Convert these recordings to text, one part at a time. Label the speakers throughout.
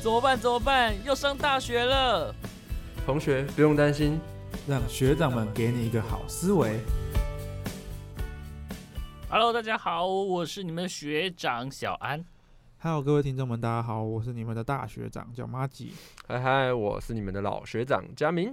Speaker 1: 怎么办？怎么办？要上大学了！
Speaker 2: 同学不用担心，
Speaker 3: 让学长们给你一个好思维。
Speaker 1: Hello，大家好，我是你们的学长小安。
Speaker 3: Hello，各位听众们，大家好，我是你们的大学长，叫马吉。
Speaker 2: 嗨嗨，我是你们的老学长佳明。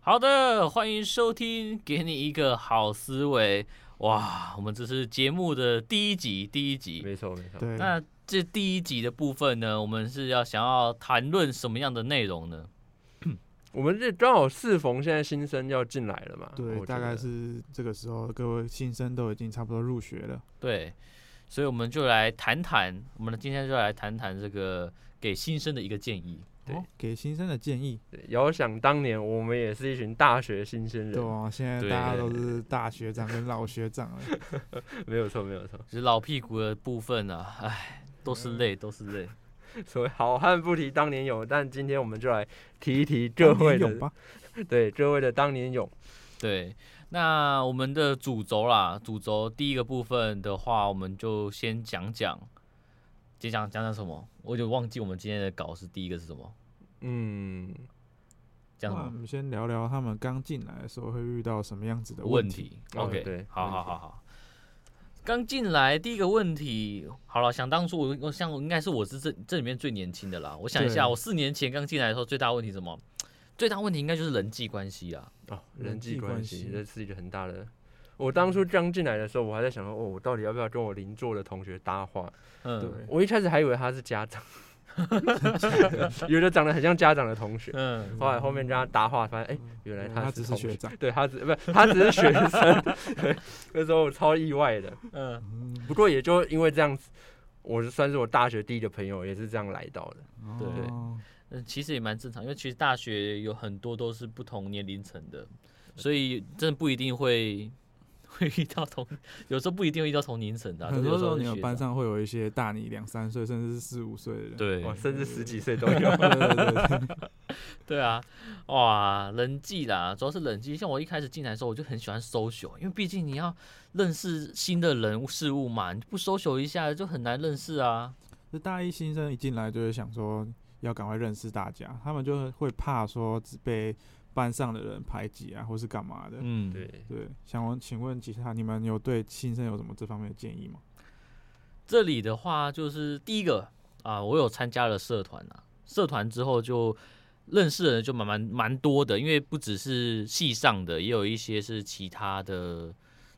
Speaker 1: 好的，欢迎收听，给你一个好思维。哇，我们这是节目的第一集，第一集。
Speaker 2: 没错没错，
Speaker 3: 对，
Speaker 1: 那这第一集的部分呢，我们是要想要谈论什么样的内容呢？
Speaker 2: 我们这刚好适逢现在新生要进来了嘛，我
Speaker 3: 对，
Speaker 2: 觉
Speaker 3: 大概
Speaker 2: 得
Speaker 3: 是这个时候，各位新生都已经差不多入学了。
Speaker 1: 对，所以我们就来谈谈，我们今天就来谈谈这个给新生的一个建议。
Speaker 2: 对
Speaker 3: 哦，给新生的建议，
Speaker 2: 对遥想当年，我们也是一群大学新鲜
Speaker 3: 对
Speaker 2: 人，
Speaker 3: 啊，现在
Speaker 1: 对
Speaker 3: 大家都是大学长跟老学长哎了。
Speaker 2: 没有错没有 错，
Speaker 1: 就是老屁股的部分啊，唉，都是泪，都是泪。
Speaker 2: 所谓好汉不提当年勇，但今天我们就来提一提各位
Speaker 3: 当年勇
Speaker 2: 的，
Speaker 3: 吧，
Speaker 2: 对各位的当年勇。
Speaker 1: 对，那我们的主轴啦，主轴第一个部分的话，我们就先讲讲，先讲讲讲什么？我就忘记我们今天的稿是第一个是什么，
Speaker 2: 嗯，
Speaker 1: 讲什
Speaker 3: 那我
Speaker 1: 么
Speaker 3: 们先聊聊他们刚进来的时候会遇到什么样子的
Speaker 1: 问
Speaker 3: 题。
Speaker 1: 题
Speaker 2: 哦
Speaker 1: ？OK，、
Speaker 2: 对
Speaker 1: 好
Speaker 2: 问
Speaker 1: 好
Speaker 2: 题
Speaker 1: 好好。刚进来第一个问题，好了，想当初我我像我应该是我是这这里面最年轻的啦。我想一下，
Speaker 3: 对
Speaker 1: 我四年前刚进来的时候，最大问题是什么？最大问题应该就是人际关系啊啦。
Speaker 2: 哦，
Speaker 3: 人
Speaker 2: 人际
Speaker 3: 际
Speaker 2: 关
Speaker 3: 关
Speaker 2: 系
Speaker 3: 系嗯
Speaker 2: 这是一个很大的。我当初刚进来的时候，我还在想说，哦，我到底要不要跟我邻座的同学搭话？
Speaker 1: 嗯，
Speaker 3: 对
Speaker 2: 我一开始还以为他是家长，有的长得很像家长的同学，
Speaker 1: 嗯，
Speaker 2: 后来后面跟他搭话，发现哎、原来
Speaker 3: 嗯
Speaker 2: 他
Speaker 3: 他
Speaker 2: 是
Speaker 3: 只是
Speaker 2: 同学
Speaker 3: 学长。
Speaker 2: 对他只不是他只是学生，对，那时候我超意外的。
Speaker 1: 嗯，
Speaker 2: 不过也就因为这样子，我是算是我大学第一个朋友，也是这样来到的。
Speaker 1: 对
Speaker 3: 对，
Speaker 1: 嗯，其实也蛮正常，因为其实大学有很多都是不同年龄层的，所以真的不一定会 会遇到同，有时候不一定会遇到同年龄层的啊、
Speaker 3: 很多时候你
Speaker 1: 有
Speaker 3: 们班上会有一些大你两三岁，甚至是四五岁的人。
Speaker 1: 对
Speaker 2: 哇，甚至十几岁都 有。
Speaker 3: 对对对对，
Speaker 1: 对啊，哇，人际啦，主要是人际。像我一开始进来的时候，我就很喜欢 social，因为毕竟你要认识新的人事物嘛，你不 social 一下就很难认识啊。
Speaker 3: 就大一新生一进来就会想说要赶快认识大家，他们就会怕说被班上的人排挤啊，或是干嘛的。
Speaker 1: 嗯，
Speaker 2: 对，
Speaker 3: 对，想问，请问其他你们有对新生有什么这方面的建议吗？
Speaker 1: 这里的话，就是第一个啊，我有参加了社团啊，社团之后就认识的人就蛮蛮蛮多的，因为不只是系上的，也有一些是其他的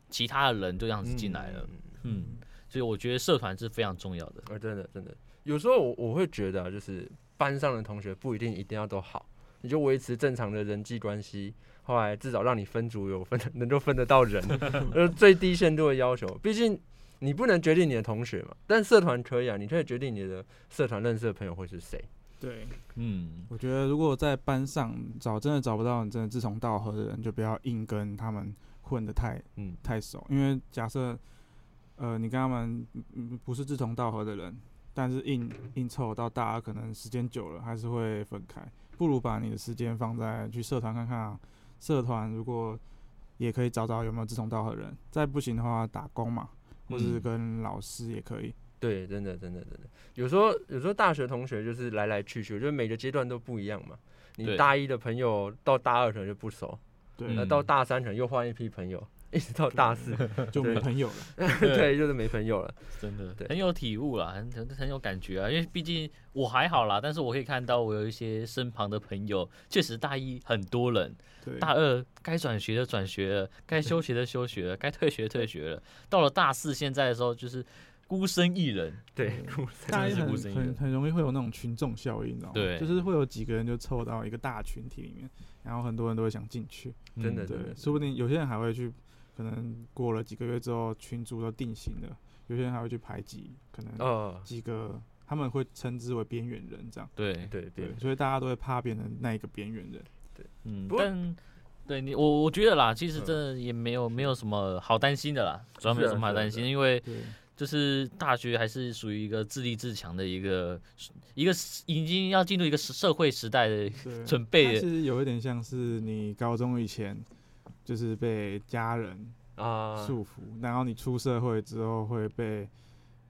Speaker 1: 其他的人就这样子进来了，
Speaker 2: 嗯
Speaker 1: 嗯，所以我觉得社团是非常重要的，
Speaker 2: 呃，真的真的，有时候我我会觉得、啊，就是班上的同学不一定一定要都好，你就维持正常的人际关系，后来至少让你分组有分能够分得到人，呃，最低限度的要求。毕竟你不能决定你的同学嘛，但社团可以啊，你可以决定你的社团认识的朋友会是谁。
Speaker 3: 对，
Speaker 1: 嗯，
Speaker 3: 我觉得如果在班上找真的找不到你真的志同道合的人，就不要硬跟他们混得太
Speaker 2: 嗯，
Speaker 3: 太熟，因为假设呃你跟他们嗯不是志同道合的人，但是硬硬凑到大家可能时间久了还是会分开，不如把你的时间放在去社团看看啊。社团如果也可以找找有没有志同道合的人，再不行的话打工嘛，或是
Speaker 1: 嗯
Speaker 3: 跟老师也可以。
Speaker 2: 对，真的真的真的，有时候有时候大学同学就是来来去去，我觉得每个阶段都不一样嘛。你
Speaker 1: 对
Speaker 2: 大一的朋友到大二可能就不熟，
Speaker 3: 对，
Speaker 2: 那、
Speaker 1: 嗯
Speaker 2: 到大三可能又换一批朋友，一直到大四
Speaker 3: 就
Speaker 2: 对
Speaker 3: 没朋友了。
Speaker 2: 对，就是没朋友了。
Speaker 1: 真的
Speaker 2: 对
Speaker 1: 很有体悟啦，很很很有感觉啊，因为毕竟我还好啦，但是我可以看到我有一些身旁的朋友，确实大一很多人，
Speaker 3: 对，
Speaker 1: 大二该转学的转学了，该休学的休学了，该退学的退学了。到了大四现在的时候，就是孤身一人。
Speaker 2: 对，
Speaker 3: 大
Speaker 1: 真
Speaker 3: 一
Speaker 1: 的是
Speaker 3: 很
Speaker 1: 孤身一人
Speaker 3: 很很容易会有那种群众效应，你知道吗？
Speaker 1: 对
Speaker 3: 就是会有几个人就凑到一个大群体里面，然后很多人都会想进去。
Speaker 2: 真的
Speaker 1: 嗯
Speaker 3: 对
Speaker 2: 对，
Speaker 3: 说不定有些人还会去，可能过了几个月之后，群组都定型了，有些人还会去排挤，可能
Speaker 2: 哦，
Speaker 3: 几个他们会称之为边缘人这样。
Speaker 1: 对，
Speaker 2: 对对
Speaker 3: 对，，所以大家都会怕变成那一个边缘人。
Speaker 1: 嗯
Speaker 2: 不，过
Speaker 1: 但对你，我我觉得啦，其实
Speaker 2: 嗯
Speaker 1: 真的也没有没有什么好担心的啦，主要没有
Speaker 2: 是啊
Speaker 1: 什么好
Speaker 2: 是啊
Speaker 1: 担心，
Speaker 2: 是啊
Speaker 1: 因为
Speaker 3: 对，
Speaker 1: 就是大学还是属于一个自立自强的一个一个已经要进入一个社社会时代的
Speaker 3: 对，
Speaker 1: 准
Speaker 3: 它
Speaker 1: 备
Speaker 3: 其实有一点像是你高中以前就是被家人
Speaker 2: 啊，
Speaker 3: 束缚，然后你出社会之后会被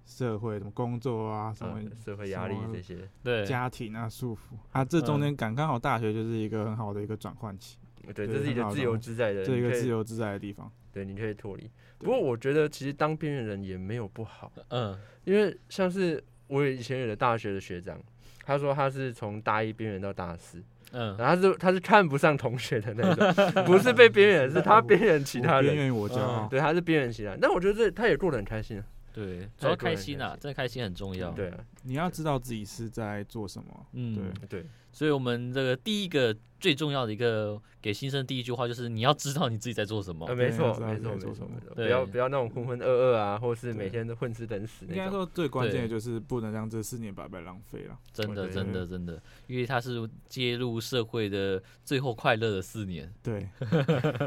Speaker 3: 社会什么工作啊，什么
Speaker 2: 嗯，社会压力这些，
Speaker 1: 对，
Speaker 3: 家庭啊束缚啊，
Speaker 2: 嗯
Speaker 3: 这中间感刚好大学就是一个很好的一个转换期，
Speaker 2: 对，
Speaker 3: 对
Speaker 2: 这是一
Speaker 3: 很
Speaker 2: 个
Speaker 3: 好
Speaker 2: 自
Speaker 3: 的
Speaker 2: 由自在的，
Speaker 3: 这一
Speaker 2: 你
Speaker 3: 个
Speaker 2: 可以
Speaker 3: 自，由自在的地方。
Speaker 2: 对，你可以脱离。
Speaker 3: 对
Speaker 2: 不过我觉得其实当边缘人也没有不好，
Speaker 1: 嗯，
Speaker 2: 因为像是我以前有的大学的学长，他说他是从大一边缘到大四，
Speaker 1: 嗯，
Speaker 2: 然后他是他是看不上同学的那种，不是被边缘，是他边缘其
Speaker 3: 我
Speaker 2: 他
Speaker 3: 边
Speaker 2: 人。嗯
Speaker 3: 缘我骄傲，
Speaker 2: 对，他是边缘其他人，但我觉得这他也过得很开心啊。
Speaker 1: 对，主要
Speaker 2: 太多
Speaker 1: 开
Speaker 2: 人
Speaker 1: 心
Speaker 2: 开
Speaker 1: 啊，
Speaker 2: 心
Speaker 1: 真的开心很重要。
Speaker 2: 对啊，
Speaker 3: 你要知道自己是在做什么。
Speaker 1: 嗯，
Speaker 3: 对
Speaker 2: 对，
Speaker 1: 所以我们这个第一个最重要的一个给新生第一句话就是你要知道你自己在做什么
Speaker 2: 呃，。没
Speaker 3: 对要
Speaker 2: 错，
Speaker 3: 知道
Speaker 2: 没
Speaker 3: 自己
Speaker 2: 错，
Speaker 3: 在
Speaker 2: 没
Speaker 3: 做
Speaker 2: 错，
Speaker 3: 什么
Speaker 2: 没错不
Speaker 1: 对
Speaker 2: 要不要那种浑浑噩噩啊，或是每
Speaker 3: 对
Speaker 2: 天都混吃等死
Speaker 3: 应该
Speaker 2: 那种。
Speaker 3: 说最关键
Speaker 1: 对
Speaker 3: 的就是不能让这四年白白浪费了。
Speaker 1: 真的，
Speaker 2: 对
Speaker 1: 真的，真的，因为他是揭露社会的最后快乐的四年，
Speaker 3: 对，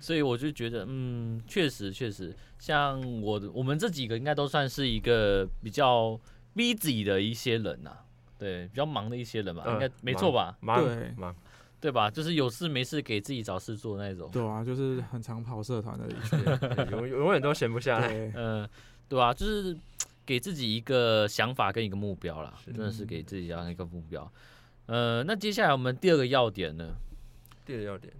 Speaker 1: 所以我就觉得，嗯，确实，确实，像我的，我们这几个应该都算是一个比较 busy 的一些人呐、对，比较忙的一些人吧，应
Speaker 2: 嗯
Speaker 1: 该没错吧，
Speaker 2: 忙
Speaker 3: 对
Speaker 2: 忙，
Speaker 1: 对吧？就是有事没事给自己找事做那种，
Speaker 3: 对啊，就是很常跑社 团的一群。
Speaker 2: 对永永远都闲不下来。
Speaker 3: 对，
Speaker 1: 嗯、对吧、就是给自己一个想法跟一个目标啦，
Speaker 2: 是
Speaker 1: 真的是给自己这样一个目标。呃，那接下来我们第二个要点呢？
Speaker 2: 第二个要点，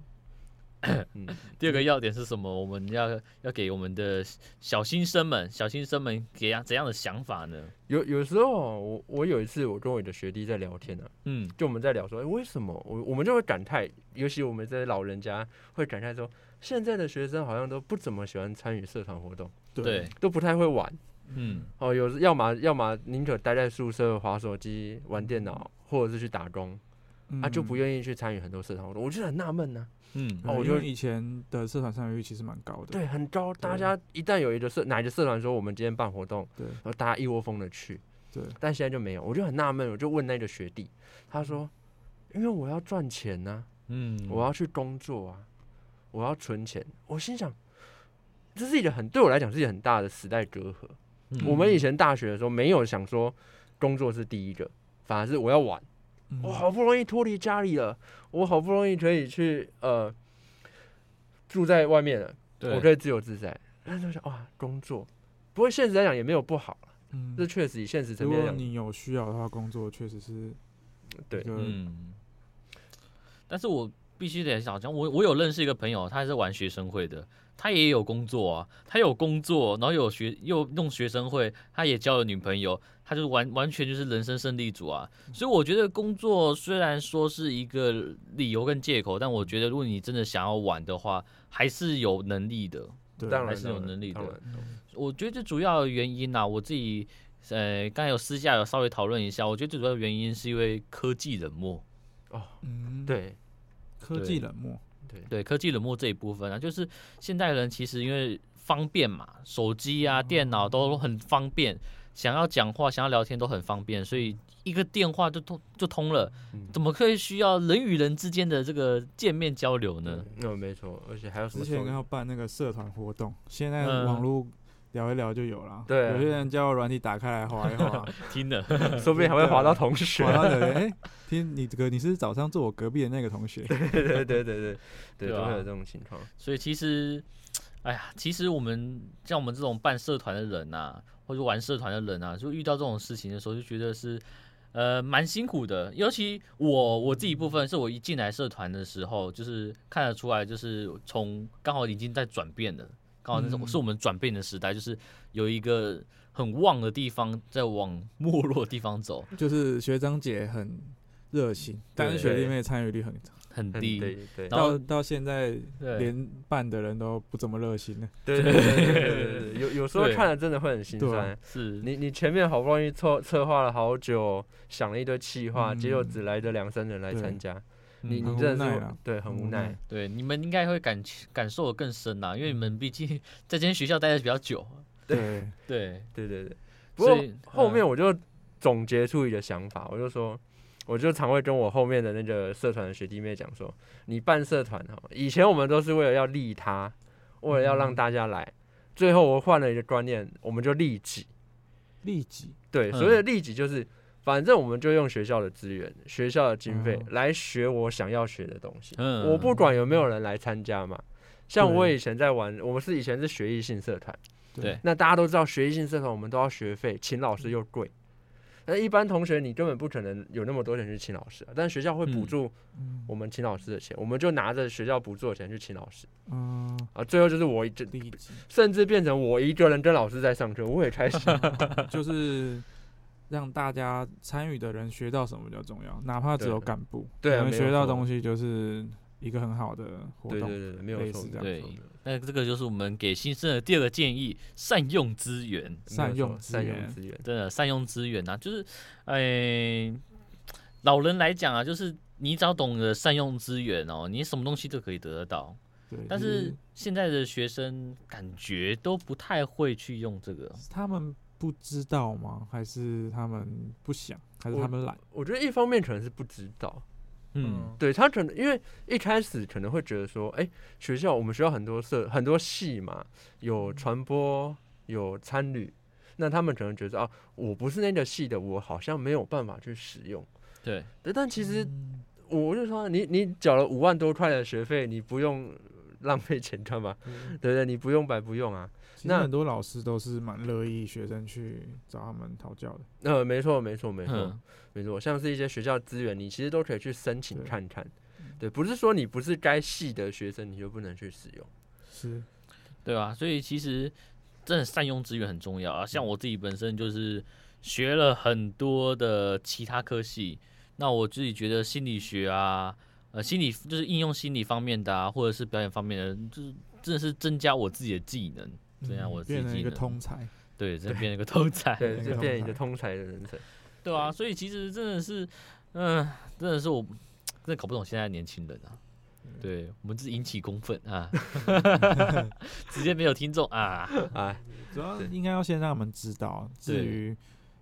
Speaker 2: 嗯，
Speaker 1: 第二个要点是什么？我们要要给我们的小新生们、小新生们给样怎样的想法呢？
Speaker 2: 有有时候哦我我有一次我跟我的学弟在聊天啊，
Speaker 1: 嗯，
Speaker 2: 就我们在聊说，哎、为什么我我们就会感叹，尤其我们这些老人家会感叹说，现在的学生好像都不怎么喜欢参与社团活动，
Speaker 1: 对，，
Speaker 2: 都不太会玩
Speaker 1: 嗯，
Speaker 2: 哦，有时要么要么宁可待在宿舍划手机、玩电脑，或者是去打工，
Speaker 3: 嗯
Speaker 2: 啊，就不
Speaker 3: 用。
Speaker 2: 愿意去参与很多社团活动，我就很纳闷呢。
Speaker 1: 嗯
Speaker 2: 哦
Speaker 3: 哦，
Speaker 2: 我
Speaker 3: 我
Speaker 2: 就
Speaker 3: 觉得以前的社团参与率其实蛮高的。
Speaker 2: 对，很高，大
Speaker 3: 对
Speaker 2: 家一旦有一个社哪一个社团说我们今天办活动，
Speaker 3: 对
Speaker 2: 然后大家一窝蜂的去，
Speaker 3: 对，
Speaker 2: 但现在就没有，我就很纳闷，我就问那个学弟，他说，因为我要赚钱呢、
Speaker 1: 嗯，
Speaker 2: 我要去工作啊，我要存钱。我心想，这是一个很对我来讲是一个很大的时代隔阂。
Speaker 1: 嗯
Speaker 2: 我们以前大学的时候没有想说工作是第一个，反而是我要玩。
Speaker 3: 嗯
Speaker 2: 我好不容易脱离家里了，我好不容易可以去呃住在外面了，
Speaker 1: 对
Speaker 2: 我可以自由自在。但是我想哇，工作，不过现实来讲也没有不好，
Speaker 3: 嗯
Speaker 2: 这确实以现实层
Speaker 3: 如
Speaker 2: 面
Speaker 3: 果
Speaker 2: 来讲，
Speaker 3: 你有需要的话，工作确实是
Speaker 2: 对
Speaker 3: 一个
Speaker 1: 嗯，但是我必须得想讲，我我有认识一个朋友，他是玩学生会的，他也有工作啊，他有工作，然后有学又弄学生会，他也交了女朋友，他就是完完全就是人生胜利组啊。所以我觉得工作虽然说是一个理由跟借口，但我觉得如果你真的想要玩的话，还是有能力的。
Speaker 3: 对
Speaker 2: 当然
Speaker 1: 还是有
Speaker 2: 当然
Speaker 1: 能力
Speaker 2: 当
Speaker 1: 的
Speaker 2: 然
Speaker 1: 我觉得最主要的原因啊，我自己呃刚才有私下有稍微讨论一下，我觉得最主要的原因是因为科技冷漠。
Speaker 2: 哦，
Speaker 3: 嗯，
Speaker 2: 对
Speaker 3: 科技冷漠，
Speaker 2: 对
Speaker 1: 对科技冷漠这一部分啊，就是现代人其实因为方便嘛，手机啊、电脑都很方便，想要讲话、想要聊天都很方便，所以一个电话就通就通了
Speaker 2: 嗯，
Speaker 1: 怎么可以需要人与人之间的这个见面交流呢？
Speaker 2: 嗯，没错，而且还有什
Speaker 3: 之
Speaker 2: 么
Speaker 3: 前
Speaker 2: 手
Speaker 3: 要办那个社团活动，现在
Speaker 1: 嗯
Speaker 3: 网络聊一聊就有了。
Speaker 2: 对啊
Speaker 3: 有些人叫软体打开来 滑一滑，
Speaker 1: 听了，
Speaker 2: 说不定还会划到同学。
Speaker 3: 滑到的人，哎，听你隔你是早上坐我隔壁的那个同学，
Speaker 2: 对对对对对对，
Speaker 1: 对
Speaker 2: 都会有
Speaker 1: 啊
Speaker 2: 这种情况。
Speaker 1: 所以其实，哎呀，其实我们像我们这种办社团的人呐、或者玩社团的人呐、就遇到这种事情的时候，就觉得是，呃，蛮辛苦的。尤其我我自己部分，是我一进来社团的时候，就是看得出来，就是从刚好已经在转变了，刚好那种
Speaker 3: 嗯
Speaker 1: 是我们转变的时代，就是有一个很旺的地方在往 没落的地方走，
Speaker 3: 就是学长姐很热心，但是学弟妹参与率很高，
Speaker 1: 很
Speaker 2: 嗯
Speaker 1: 低。
Speaker 2: 对对
Speaker 1: 然后
Speaker 3: 到到现在
Speaker 1: 对
Speaker 3: 连办的人都不怎么热心了。
Speaker 2: 对对对对对对对，有有时候
Speaker 1: 对
Speaker 2: 看了真的会很心
Speaker 3: 对啊
Speaker 2: 酸。
Speaker 1: 是
Speaker 2: 你你前面好不容易策策划了好久，想了一堆企划，结果
Speaker 3: 嗯
Speaker 2: 只来这两三人来
Speaker 3: 对
Speaker 2: 参加，你你
Speaker 3: 嗯很
Speaker 2: 真
Speaker 3: 无
Speaker 2: 的
Speaker 3: 奈
Speaker 2: 是
Speaker 3: 啦
Speaker 2: 对很
Speaker 3: 很
Speaker 2: 无
Speaker 3: 无
Speaker 2: 奈
Speaker 3: 奈。
Speaker 1: 对，你们应该会感感受的更深啊呐、因
Speaker 2: 嗯
Speaker 1: 为你们毕竟 在这间学校待的比较久。
Speaker 3: 对，
Speaker 1: 对，
Speaker 2: 对对对，不
Speaker 1: 所
Speaker 2: 过
Speaker 1: 以
Speaker 2: 后面
Speaker 1: 嗯
Speaker 2: 我就总结出一个想法，我就说。我就常会跟我后面的那个社团的学弟妹讲说，你办社团哈，以前我们都是为了要利他，为了要让
Speaker 3: 嗯
Speaker 2: 大家来，最后我换了一个观念，我们就利己，
Speaker 3: 利己，
Speaker 2: 对，所
Speaker 1: 嗯
Speaker 2: 谓的利己就是，反正我们就用学校的资源、学校的经费
Speaker 3: 嗯
Speaker 2: 来学我想要学的东西。
Speaker 1: 嗯
Speaker 2: 我不管有没有人来参加嘛。像我
Speaker 3: 对
Speaker 2: 以前在玩，我们是以前是学艺性社团，
Speaker 1: 对
Speaker 2: 那大家都知道，学习性社团我们都要学费，请老师又贵。那一般同学你根本不可能有那么多钱去请老师、啊，但学校会补
Speaker 1: 嗯
Speaker 2: 助
Speaker 3: 嗯
Speaker 2: 我们请老师的钱，我们就拿着学校补助的钱去请老师
Speaker 3: 嗯，
Speaker 2: 啊。最后就是我一这，
Speaker 3: 理解，
Speaker 2: 甚至变成我一个人跟老师在上课，我也开 始
Speaker 3: 就是让大家参与的人学到什么比较重要，哪怕只有
Speaker 2: 对
Speaker 3: 干部，
Speaker 2: 对啊
Speaker 3: 能
Speaker 2: 没有
Speaker 3: 学到
Speaker 2: 错
Speaker 3: 东西就是一个很好的活
Speaker 2: 对对
Speaker 3: 动。
Speaker 2: 对对，没有
Speaker 3: 类
Speaker 2: 错
Speaker 3: 似，这样
Speaker 2: 没有
Speaker 1: 对
Speaker 2: 错
Speaker 1: 那这个就是我们给新生的第二个建议：善用资源。
Speaker 3: 善用资
Speaker 2: 善用
Speaker 3: 源
Speaker 2: 资源，
Speaker 1: 真的善用资源啊，就是，哎、老人来讲啊，就是你只要懂得善用资源哦，你什么东西都可以得得到。
Speaker 3: 对，
Speaker 1: 但
Speaker 3: 就是
Speaker 2: 嗯
Speaker 1: 现在的学生感觉都不太会去用这个，
Speaker 3: 是他们不知道吗？还是他们不想？还是
Speaker 2: 我
Speaker 3: 他们懒？
Speaker 2: 我觉得一方面可能是不知道，
Speaker 1: 嗯，
Speaker 2: 对他可能因为一开始可能会觉得说，哎、学校我们学校很多社很多系嘛，有传播有参旅，那他们可能觉得啊，我不是那个系的，我好像没有办法去使用。
Speaker 1: 对，
Speaker 2: 对，但其实
Speaker 3: 嗯
Speaker 2: 我就说，你你缴了五万多块的学费，你不用浪费钱干嘛？
Speaker 3: 嗯，
Speaker 2: 对不对？你不用白不用啊。
Speaker 3: 其实
Speaker 2: 那
Speaker 3: 很多老师都是蛮乐意学生去找他们讨教的。
Speaker 2: 呃，没错，没错，没错。
Speaker 1: 嗯，
Speaker 2: 没错，像是一些学校资源，你其实都可以去申请
Speaker 3: 对
Speaker 2: 看看
Speaker 3: 嗯。
Speaker 2: 对，不是说你不是该系的学生，你就不能去使用。
Speaker 3: 是，
Speaker 1: 对吧、所以其实真的善用资源很重要啊。像我自己本身就是学了很多的其他科系，那我自己觉得心理学啊，呃，心理就是应用心理方面的啊，或者是表演方面的，就是真的是增加我自己的技能。这样
Speaker 3: 嗯
Speaker 1: 我自己
Speaker 3: 变成一个
Speaker 1: 呢
Speaker 3: 通才，
Speaker 1: 对，这变成一个偷 菜，
Speaker 2: 对，
Speaker 3: 那
Speaker 2: 就
Speaker 3: 个
Speaker 2: 变成
Speaker 3: 通
Speaker 2: 一个
Speaker 3: 才
Speaker 2: 通才的人 生。
Speaker 1: 对啊，所以其实真的是，嗯、真的是我真的搞不懂现在的年轻人啊，对我们是引起公愤 啊，直接没有听众啊，
Speaker 2: 哎，
Speaker 3: 主要
Speaker 2: 对
Speaker 3: 应该要先让他们知道。至
Speaker 1: 对
Speaker 3: 于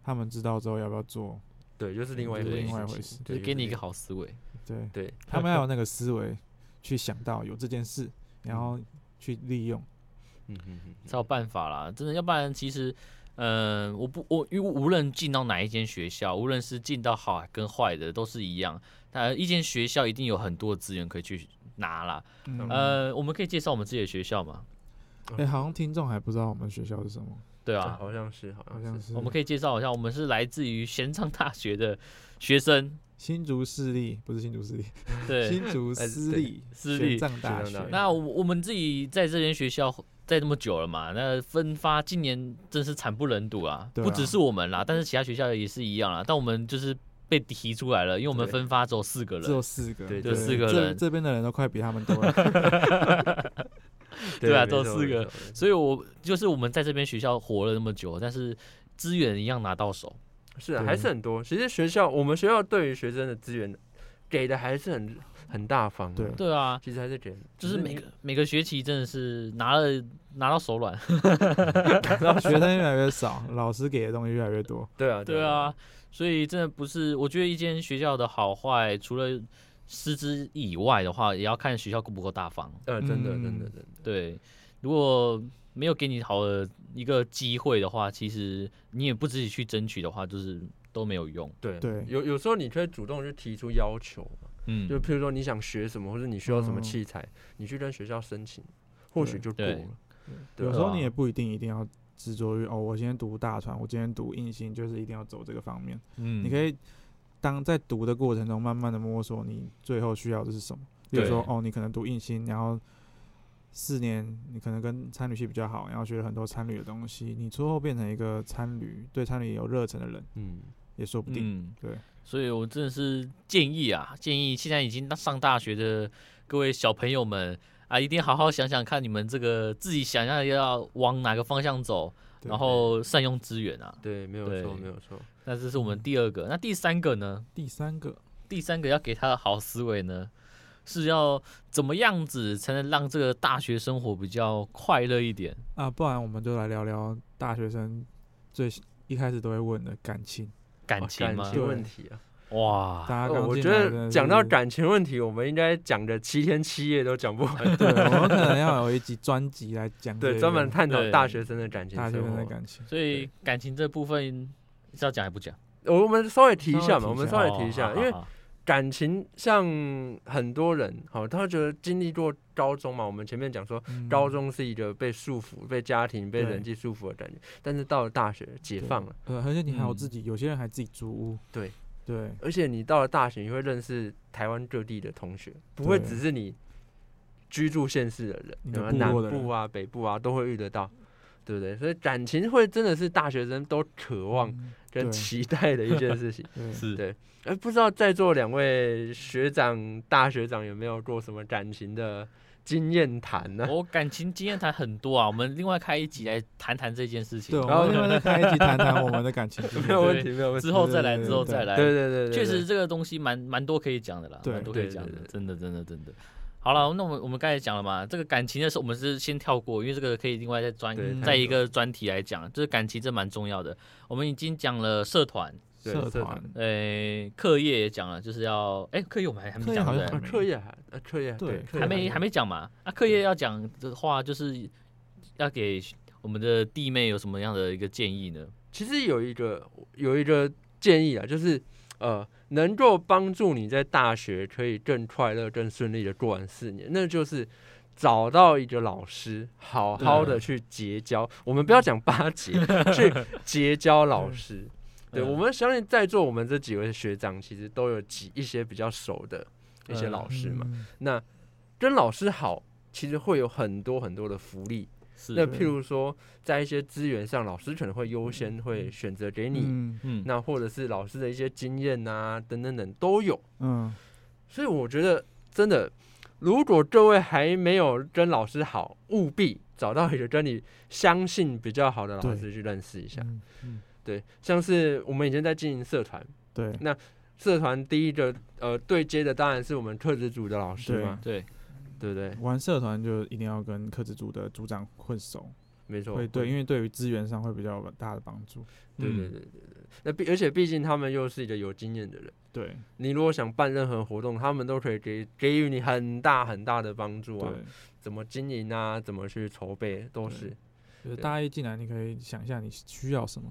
Speaker 3: 他们知道之后要不要做，
Speaker 2: 对，就是另外一
Speaker 1: 对
Speaker 2: 回
Speaker 1: 另
Speaker 3: 外
Speaker 2: 事
Speaker 3: 一回
Speaker 2: 情
Speaker 3: 事
Speaker 1: 就
Speaker 2: 对
Speaker 1: 是给你一
Speaker 2: 另
Speaker 1: 个好思维，
Speaker 3: 对
Speaker 2: 对，
Speaker 3: 他们要有那个思维去想到有这件事，然后去利用。
Speaker 2: 嗯嗯嗯
Speaker 1: 才有办法啦，真的，要不然其实。嗯，我不，我因为无论进到哪一间学校，无论是进到好跟坏的，都是一样。呃，一间学校一定有很多资源可以去拿啦。
Speaker 3: 嗯，
Speaker 1: 呃，我们可以介绍我们自己的学校吗？
Speaker 2: 嗯
Speaker 3: 哎，好像听众还不知道我们学校是什么，
Speaker 1: 对
Speaker 2: 啊
Speaker 1: 啊，
Speaker 2: 好像是，好
Speaker 3: 好
Speaker 2: 像
Speaker 3: 像
Speaker 2: 是。
Speaker 3: 是
Speaker 1: 我们可以介绍一下，我们是来自于 玄奘大学的学生，
Speaker 3: 新竹市立，不是新竹市立，
Speaker 1: 对，
Speaker 3: 新竹私
Speaker 2: 对
Speaker 3: 立
Speaker 1: 私
Speaker 3: 玄
Speaker 1: 立
Speaker 3: 奘大
Speaker 2: 玄奘大
Speaker 3: 学
Speaker 2: 学。
Speaker 1: 那我我们自己在这间学校待这么久了嘛，那分发今年真是惨不忍睹啊！
Speaker 3: 对啊
Speaker 1: 不只是我们啦，但是其他学校也是一样啦。但我们就是被提出来了，因为我们
Speaker 2: 对
Speaker 1: 分发只有四个
Speaker 3: 只有
Speaker 1: 人，
Speaker 3: 四个，
Speaker 2: 对
Speaker 1: 只有四个
Speaker 3: 这
Speaker 1: 人
Speaker 3: 这边的人都快比他们多了。
Speaker 1: 对啊
Speaker 2: 没
Speaker 1: 都
Speaker 2: 错
Speaker 1: 四
Speaker 2: 没
Speaker 1: 个
Speaker 2: 错没
Speaker 1: 所以我就是我们在这边学校活了那么久，但是资源一样拿到手。
Speaker 2: 错是啊还是
Speaker 3: 对
Speaker 2: 很多。其实学校我们学校对于学生的资源给的还是很很大方的。
Speaker 3: 对
Speaker 1: 对啊，
Speaker 2: 其实还是给，
Speaker 1: 就是每
Speaker 2: 你
Speaker 1: 个每个学期真的是拿了拿到手 软。
Speaker 3: 学生越来越少，老师给的东西越来越多。
Speaker 2: 对啊
Speaker 1: 对啊，，所以真的不是，我觉得一间学校的好坏，除了师资以外的话，也要看学校够不够大方。
Speaker 2: 呃，真的真
Speaker 3: 嗯
Speaker 2: 的真的，
Speaker 1: 对，如果没有给你好的一个机会的话，其实你也不自己去争取的话，就是都没有用。
Speaker 2: 对
Speaker 3: 对
Speaker 2: 有有时候你可以主动去提出要求嘛，
Speaker 1: 嗯，
Speaker 2: 就譬如说你想学什么，或者你需要什么
Speaker 3: 嗯
Speaker 2: 器材，你去跟学校申请，或许
Speaker 3: 对
Speaker 2: 就过
Speaker 1: 对
Speaker 2: 了。对
Speaker 3: 有时
Speaker 2: 啊，
Speaker 3: 候你也不一定一定要执着于哦，我今天读大船，我今天读硬性，就是一定要走这个方面。
Speaker 1: 嗯
Speaker 3: 你可以当在读的过程中，慢慢的摸索你最后需要的是什么。比如说
Speaker 1: 对
Speaker 3: 哦，你可能读硬性，然后四年你可能跟参旅系比较好，然后学了很多参旅的东西，你最后变成一个参旅对参旅有热忱的人
Speaker 2: 嗯，
Speaker 3: 也说不定。
Speaker 1: 嗯，
Speaker 3: 对，
Speaker 1: 所以我真的是建议啊，建议现在已经上大学的各位小朋友们啊，一定好好想想看你们这个自己想要要往哪个方向走，
Speaker 3: 对
Speaker 1: 然后善用资源啊。
Speaker 2: 对，没有错，
Speaker 1: 对
Speaker 2: 没有错。
Speaker 1: 那这是我们第二个，那第三个呢？
Speaker 3: 第三个
Speaker 1: 第三个要给他的好思维呢，是要怎么样子才能让这个大学生活比较快乐一点？
Speaker 3: 啊，不然我们就来聊聊大学生最一开始都会问的感情。
Speaker 1: 感
Speaker 2: 哦
Speaker 1: 情吗？
Speaker 3: 对
Speaker 2: 问题啊，
Speaker 1: 哇，
Speaker 3: 大
Speaker 2: 哦
Speaker 3: 家刚
Speaker 2: 我
Speaker 3: 进
Speaker 2: 觉
Speaker 3: 来真的
Speaker 2: 得讲到
Speaker 3: 是
Speaker 2: 感情问题，我们应该讲个七天七夜都讲不完。
Speaker 3: 对，我们可能要有一集专辑来讲这
Speaker 2: 对，
Speaker 3: 个
Speaker 2: 专门探讨
Speaker 1: 对
Speaker 2: 大学生的感情
Speaker 3: 大学
Speaker 2: 生
Speaker 3: 生的
Speaker 2: 活。
Speaker 3: 感情。
Speaker 1: 所以感情这部分是要讲还不讲？
Speaker 2: 我们稍微提一下嘛，
Speaker 3: 稍微
Speaker 2: 我
Speaker 3: 提一下
Speaker 2: 们稍微提一
Speaker 1: 哦
Speaker 2: 下，
Speaker 1: 好
Speaker 2: 因为
Speaker 1: 好好
Speaker 2: 感情像很多人，好、他会觉得经历过高中嘛，我们前面讲说，
Speaker 3: 嗯
Speaker 2: 高中是一个被束缚、被家庭、被
Speaker 3: 对
Speaker 2: 人际束缚的感觉，但是到了大学解
Speaker 3: 对
Speaker 2: 放了，
Speaker 3: 呃，而且你还有
Speaker 1: 嗯
Speaker 3: 自己，有些人还自己租屋，
Speaker 2: 对
Speaker 3: 对，
Speaker 2: 而且你到了大学，你会认识台湾各地的同学，不会
Speaker 3: 对
Speaker 2: 只是你居住县市的人，
Speaker 3: 你
Speaker 2: 对
Speaker 3: 的
Speaker 2: 吧
Speaker 3: 部
Speaker 2: 南
Speaker 3: 落的
Speaker 2: 部
Speaker 3: 人
Speaker 2: 啊、北部啊都会遇得到，对不对？所以感情会真的是大学生都渴望
Speaker 3: 嗯
Speaker 2: 跟
Speaker 3: 对
Speaker 2: 期待的一件事 情。
Speaker 3: 对，
Speaker 1: 是
Speaker 2: 对哎，不知道在座两位学长、大学长有没有过什么感情的经验谈呢？
Speaker 1: 我感情经验谈很多啊，我们另外开一集来谈谈这件事情
Speaker 3: 对，我。
Speaker 2: 然后
Speaker 3: 们另外再开一集谈谈我们的感情经
Speaker 2: 没有
Speaker 3: 验。
Speaker 2: 问题，没有问题。
Speaker 1: 之后再来，
Speaker 3: 对对对
Speaker 1: 之后再来。
Speaker 2: 对对对对，对
Speaker 1: 确实这个东西蛮蛮多可以讲的啦，
Speaker 3: 对
Speaker 1: 蛮多可以讲
Speaker 2: 对
Speaker 1: 的
Speaker 2: 对，
Speaker 1: 真的真的真的。好了，那我们我们刚才讲了嘛，这个感情的事我们是先跳过，因为这个可以另外再专
Speaker 2: 对
Speaker 1: 在
Speaker 2: 太
Speaker 1: 一
Speaker 2: 多
Speaker 1: 个专题来讲，就是感情这蛮重要的。我们已经讲了社团，
Speaker 2: 对
Speaker 3: 社
Speaker 2: 社团
Speaker 3: 团，
Speaker 1: 呃，课业也讲了，就是要哎，课业我们还还没
Speaker 3: 课业
Speaker 1: 讲
Speaker 3: 好
Speaker 1: 对
Speaker 3: 像
Speaker 1: 不对
Speaker 2: 啊，课业还啊，课业
Speaker 3: 对
Speaker 2: 课业
Speaker 1: 还没还没讲嘛。啊，课业要讲的话，就是要给我们的弟妹有什么样的一个建议呢？
Speaker 2: 其实有一个有一个建议啊，就是呃，能够帮助你在大学可以更快乐、更顺利的过完四年，那就是找到一个老师，好好的
Speaker 1: 对
Speaker 2: 去结交。我们不要讲巴结， 去结交老师。对，
Speaker 1: 嗯
Speaker 2: 我们相信在座我们这几位学长，其实都有几一些比较熟的一些老师嘛。
Speaker 3: 嗯
Speaker 2: 那跟老师好，其实会有很多很多的福利。
Speaker 1: 是
Speaker 2: 那
Speaker 3: 对
Speaker 2: 譬如说，在一些资源上，老师可能会优先会选择给你，
Speaker 3: 嗯
Speaker 1: 嗯，
Speaker 2: 那或者是老师的一些经验啊，等等等都有。
Speaker 3: 嗯，
Speaker 2: 所以我觉得真的，如果各位还没有跟老师好，务必找到一个跟你相信比较好的老
Speaker 3: 对
Speaker 2: 师去认识一下。
Speaker 3: 嗯
Speaker 2: 对，像是我们以前在经营社团，
Speaker 3: 对，
Speaker 2: 嗯社团第一个呃对接的当然是我们课职组的老师
Speaker 3: 对
Speaker 2: 嘛，
Speaker 1: 对，
Speaker 2: 对不对？
Speaker 3: 玩社团就一定要跟科职组的组长混熟，
Speaker 2: 没错，
Speaker 3: 会对，因为对于资源上会比较有大的帮助。
Speaker 2: 对对对
Speaker 1: 嗯
Speaker 2: 对对。那毕而且毕竟他们又是一个有经验的人。
Speaker 3: 对
Speaker 2: 你如果想办任何活动，他们都可以给给予你很大很大的帮助啊。
Speaker 3: 对，
Speaker 2: 怎么经营啊，怎么去筹备都
Speaker 3: 对
Speaker 2: 是
Speaker 3: 就是大一进来，你可以想一下你需要什么，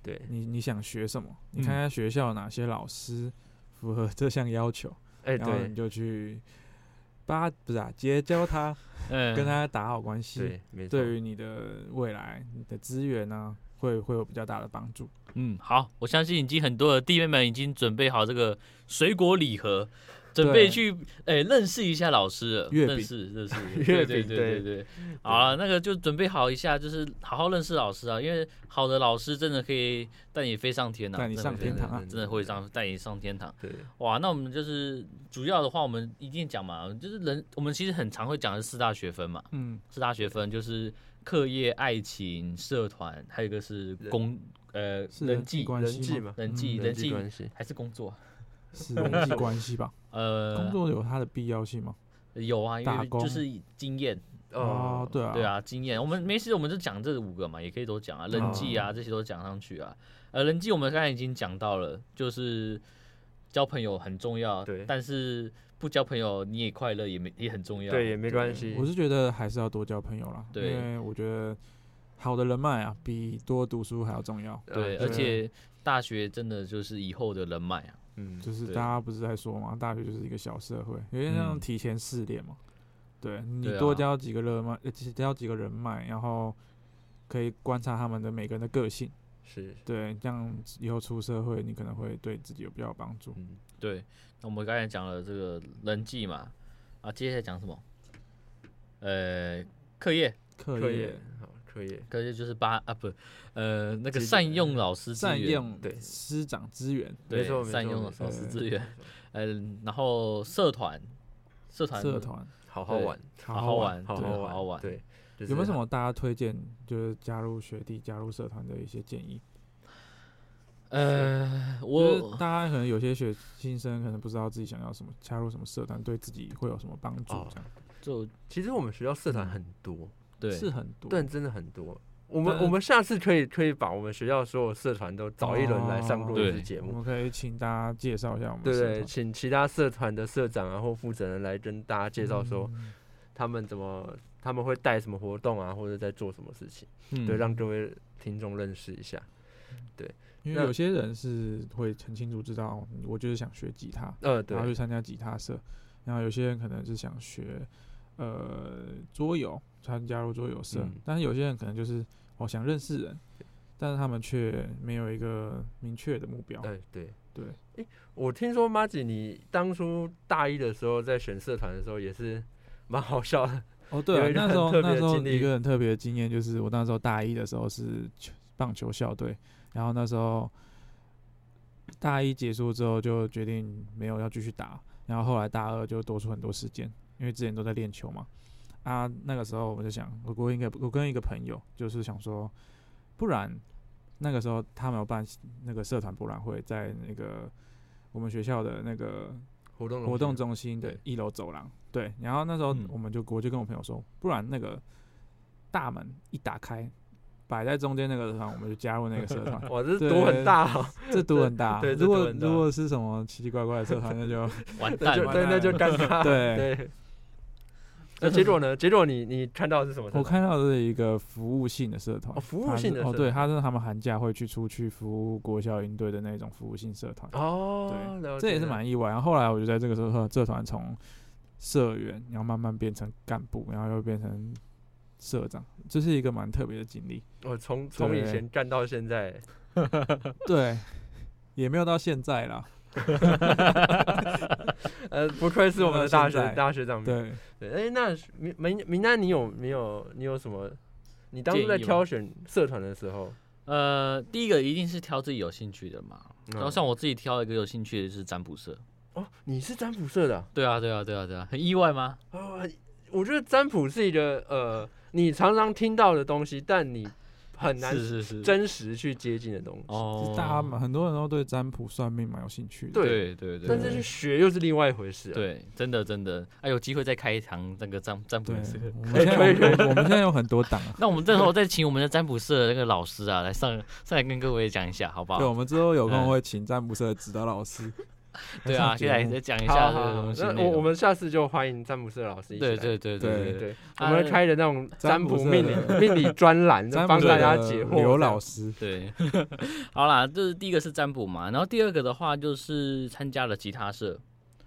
Speaker 2: 对，
Speaker 3: 你你想学什么，
Speaker 1: 嗯
Speaker 3: 你看看学校哪些老师符合这项要求，
Speaker 2: 哎、
Speaker 3: 然后
Speaker 2: 对
Speaker 3: 你就去巴不是啊，结交他，
Speaker 1: 嗯，
Speaker 3: 跟他打好关系。
Speaker 2: 对，没错，
Speaker 3: 对于你的未来、你的资源呢、会会有比较大的帮助。
Speaker 1: 嗯，好，我相信已经很多的弟妹们已经准备好这个水果礼盒，准备
Speaker 3: 对
Speaker 1: 去诶、认识一下老师了，
Speaker 3: 月饼
Speaker 1: 认识认识
Speaker 2: 月
Speaker 1: 对对
Speaker 2: 饼
Speaker 1: 对对
Speaker 2: 对
Speaker 1: 对。好了，那个就准备好一下，就是好好认识老师啊，因为好的老师真的可以带你飞上天啊，
Speaker 3: 带你
Speaker 1: 真的
Speaker 3: 上
Speaker 1: 会
Speaker 3: 天堂啊
Speaker 1: 真的会上带你上天堂。
Speaker 2: 对
Speaker 1: 哇，那我们就是主要的话，我们一定讲嘛，就是人我们其实很常会讲的是四大学分嘛，
Speaker 3: 嗯，
Speaker 1: 四大学分就是课业、爱情、社团，还有一个是
Speaker 2: 人
Speaker 1: 工呃
Speaker 3: 是
Speaker 1: 人际
Speaker 3: 关
Speaker 2: 人际
Speaker 3: 系吗
Speaker 2: 嘛，
Speaker 1: 人际、
Speaker 3: 嗯
Speaker 1: 人
Speaker 2: 际
Speaker 1: 际
Speaker 2: 关系，
Speaker 1: 还是工作啊，
Speaker 3: 是人际关系吧？工
Speaker 1: 呃，
Speaker 3: 作有它的必要性吗？
Speaker 1: 有啊，因
Speaker 3: 打
Speaker 1: 为
Speaker 3: 工
Speaker 1: 就是经验，
Speaker 3: 哦，对啊，嗯
Speaker 1: 对，啊，经验。我们没事，我们就讲这五个嘛，也可以都讲啊，人际啊、这些都讲上去啊。呃，人际我们刚才已经讲到了，就是交朋友很重要，
Speaker 2: 对
Speaker 1: 但是不交朋友你也快乐也没也很重要，啊
Speaker 2: 对，也没关系，
Speaker 3: 我是觉得还是要多交朋友啦，
Speaker 1: 对
Speaker 3: 因为我觉得好的人脉啊，比多读书还要重要。
Speaker 2: 呃
Speaker 1: 对，
Speaker 3: 对
Speaker 1: 而且大学真的就是以后的人脉啊，
Speaker 2: 嗯，
Speaker 3: 就是
Speaker 1: 对
Speaker 3: 大家不是在说嘛，大学就是一个小社会，有点
Speaker 1: 嗯
Speaker 3: 像提前试炼嘛。对
Speaker 1: 对
Speaker 3: 你
Speaker 1: 啊
Speaker 3: 多交几个人脉，呃几交几个人脉，然后可以观察他们的每个人的个性。
Speaker 2: 是，
Speaker 3: 对，这样以后出社会，你可能会对自己有比较有帮助。
Speaker 2: 嗯，
Speaker 1: 对，那我们刚才讲了这个人际嘛，啊，接下来讲什么？呃，课业，
Speaker 3: 课
Speaker 2: 课业好，课业
Speaker 1: 课业就是八啊不，呃，那个
Speaker 2: 其实
Speaker 1: 善用老师资
Speaker 3: 善
Speaker 1: 源，
Speaker 3: 用
Speaker 2: 对
Speaker 3: 师长资源，
Speaker 2: 没
Speaker 1: 对
Speaker 2: 错，没
Speaker 1: 善
Speaker 2: 错
Speaker 1: 用
Speaker 2: 没错
Speaker 1: 老师
Speaker 2: 没
Speaker 1: 资
Speaker 2: 错
Speaker 1: 源
Speaker 2: 没错
Speaker 1: 嗯，然后社团，社团，
Speaker 3: 社团
Speaker 2: 好好
Speaker 1: 对
Speaker 2: 玩，
Speaker 1: 好好
Speaker 3: 好
Speaker 1: 玩，
Speaker 2: 好
Speaker 1: 对
Speaker 2: 好
Speaker 1: 好好玩。
Speaker 2: 对，就是啊
Speaker 3: 有没有什么大家推荐就是加入学弟、加入社团的一些建议？
Speaker 1: 呃，
Speaker 3: 就是
Speaker 1: 我
Speaker 3: 大家可能有些学新生可能不知道自己想要什么，加入什么社团对自己会有什么帮助
Speaker 2: 哦，
Speaker 3: 这样、
Speaker 1: 就
Speaker 2: 其实我们学校社团
Speaker 1: 嗯
Speaker 2: 很多，
Speaker 1: 对
Speaker 3: 是很多。
Speaker 2: 但真的很多。我们
Speaker 3: 但
Speaker 2: 我们下次可以可以把我们学校所有社团都找一轮来上过一次
Speaker 1: 对
Speaker 2: 节
Speaker 3: 我
Speaker 2: 目，
Speaker 3: 们可以请大家介绍一哦下我们
Speaker 2: 对
Speaker 3: 社
Speaker 2: 对，
Speaker 3: 团。
Speaker 2: 请其他社团的社长啊或负责人来跟大家介绍说
Speaker 3: 嗯
Speaker 2: 他们怎么他们会带什么活动啊，或者在做什么事情，
Speaker 1: 嗯
Speaker 2: 对，让各位听众认识一下。对，
Speaker 3: 因为
Speaker 2: 那
Speaker 3: 有些人是会很清楚知道，嗯我就是想学吉他，
Speaker 2: 呃，
Speaker 3: 然后
Speaker 2: 对
Speaker 3: 去参加吉他社，然后有些人可能是想学呃桌游，参加入桌游社，
Speaker 2: 嗯
Speaker 3: 但是有些人可能就是哦想认识人，但是他们却没有一个明确的目标。
Speaker 2: 对哎对
Speaker 3: 对。
Speaker 2: 诶，我听说马吉，你当初大一的时候在选社团的时候也是蛮好笑的，
Speaker 3: 哦，对
Speaker 2: 有
Speaker 3: 啊、
Speaker 2: 一个
Speaker 3: 那
Speaker 2: 很
Speaker 3: 时候
Speaker 2: 特别
Speaker 3: 那
Speaker 2: 的
Speaker 3: 时候
Speaker 2: 经历
Speaker 3: 一个很特别的经验就是，我那时候大一的时候是球棒球校队，然后那时候大一结束之后就决定没有要继续打，然后后来大二就多出很多时间，因为之前都在练球嘛。啊，那个时候我就想，我跟一个我跟一个朋友就是想说，不然那个时候他们有办那个社团博览会，在那个我们学校的那个
Speaker 2: 活动
Speaker 3: 活动
Speaker 2: 中
Speaker 3: 中心的
Speaker 2: 对
Speaker 3: 一楼走廊。对，然后那时候
Speaker 1: 嗯
Speaker 3: 我们就我就跟我朋友说，不然那个大门一打开，摆在中间那个社团，我们就加入那个社
Speaker 2: 。
Speaker 3: 团
Speaker 2: 哇，这
Speaker 3: 对
Speaker 2: 毒很大啊，
Speaker 3: 这毒很大，
Speaker 2: 对这
Speaker 3: 如
Speaker 2: 毒
Speaker 3: 果
Speaker 2: 很大
Speaker 3: 如果是什么奇奇怪怪的社 团，那就
Speaker 1: 完
Speaker 2: 那
Speaker 1: 蛋
Speaker 2: 就
Speaker 1: 了。
Speaker 2: 对那就尴尬，
Speaker 3: 对
Speaker 2: 对。那结果呢？结果你你看到的是什么社团？
Speaker 3: 我看到的是一个服务性的社团
Speaker 2: 哦，，服务
Speaker 3: 它
Speaker 2: 性
Speaker 3: 是
Speaker 2: 的
Speaker 3: 哦，
Speaker 2: 社
Speaker 3: 对，
Speaker 2: 团
Speaker 3: 他是他们寒假会去出去服务国校营队的那种服务性社团，
Speaker 2: 哦，了
Speaker 3: 这也
Speaker 2: 解
Speaker 3: 是
Speaker 2: 了
Speaker 3: 蛮意外。然后后来我就在这个社团社团从社员，然后慢慢变成干部，然后又变成社长，这是一个蛮特别的经历。
Speaker 2: 我从从以
Speaker 3: 对
Speaker 2: 前干到现 在，
Speaker 3: 对，也没有到现在啦。
Speaker 2: 呃，不愧是我们的大
Speaker 3: 到
Speaker 2: 学
Speaker 3: 现在
Speaker 2: 大学长。
Speaker 3: 对，
Speaker 2: 对，哎，那明明明丹，你有没有你有什么？你当初在
Speaker 1: 建议吗
Speaker 2: 挑选社团的时候，
Speaker 1: 呃，第一个一定是挑自己有兴趣的嘛。然后
Speaker 2: 嗯
Speaker 1: 像我自己挑一个有兴趣的就是占卜社。
Speaker 2: 哦，你是占卜社的啊
Speaker 1: 对啊，对啊，对啊，对啊，很意外吗？
Speaker 2: 哦？我觉得占卜是一个呃，你常常听到的东西，但你很难
Speaker 1: 是是是，
Speaker 2: 真实去接近的东西。
Speaker 1: 哦
Speaker 3: 是，大家蛮很多人都对占卜算命蛮有兴趣的。
Speaker 2: 对
Speaker 1: 对对对，
Speaker 2: 但是
Speaker 1: 对
Speaker 2: 去学又是另外一回事、啊。，
Speaker 1: 对，真的真的，哎，有机会再开一堂那个占占卜
Speaker 3: 对
Speaker 1: 社。，
Speaker 3: 我们现在有我我们现在有很多档啊。
Speaker 1: 那我们这时候再请我们的占卜社的那个老师啊，来上上来跟各位讲一 下，好不
Speaker 3: 对，
Speaker 1: 好？
Speaker 3: 我们之后有空会请占卜社的指导老师。
Speaker 1: 对啊，
Speaker 3: 来上节
Speaker 1: 现在
Speaker 3: 目
Speaker 1: 再讲一
Speaker 2: 好
Speaker 1: 下这
Speaker 2: 好
Speaker 1: 个
Speaker 2: 好
Speaker 1: 东，西内
Speaker 2: 那
Speaker 1: 容。
Speaker 2: 我我们下次就欢迎占卜社老师一起来。
Speaker 1: 对对对
Speaker 3: 对
Speaker 1: 对
Speaker 2: 对，我
Speaker 1: 啊
Speaker 2: 们会开的那种占卜命理
Speaker 3: 占卜社的
Speaker 2: 命理专 栏，
Speaker 3: 占
Speaker 2: 帮
Speaker 3: 卜社
Speaker 2: 大
Speaker 3: 的
Speaker 2: 家解惑。
Speaker 3: 刘 老师，
Speaker 1: 对， 好啦，这是第一个是占卜嘛，然后第二个的话就是参加了吉他社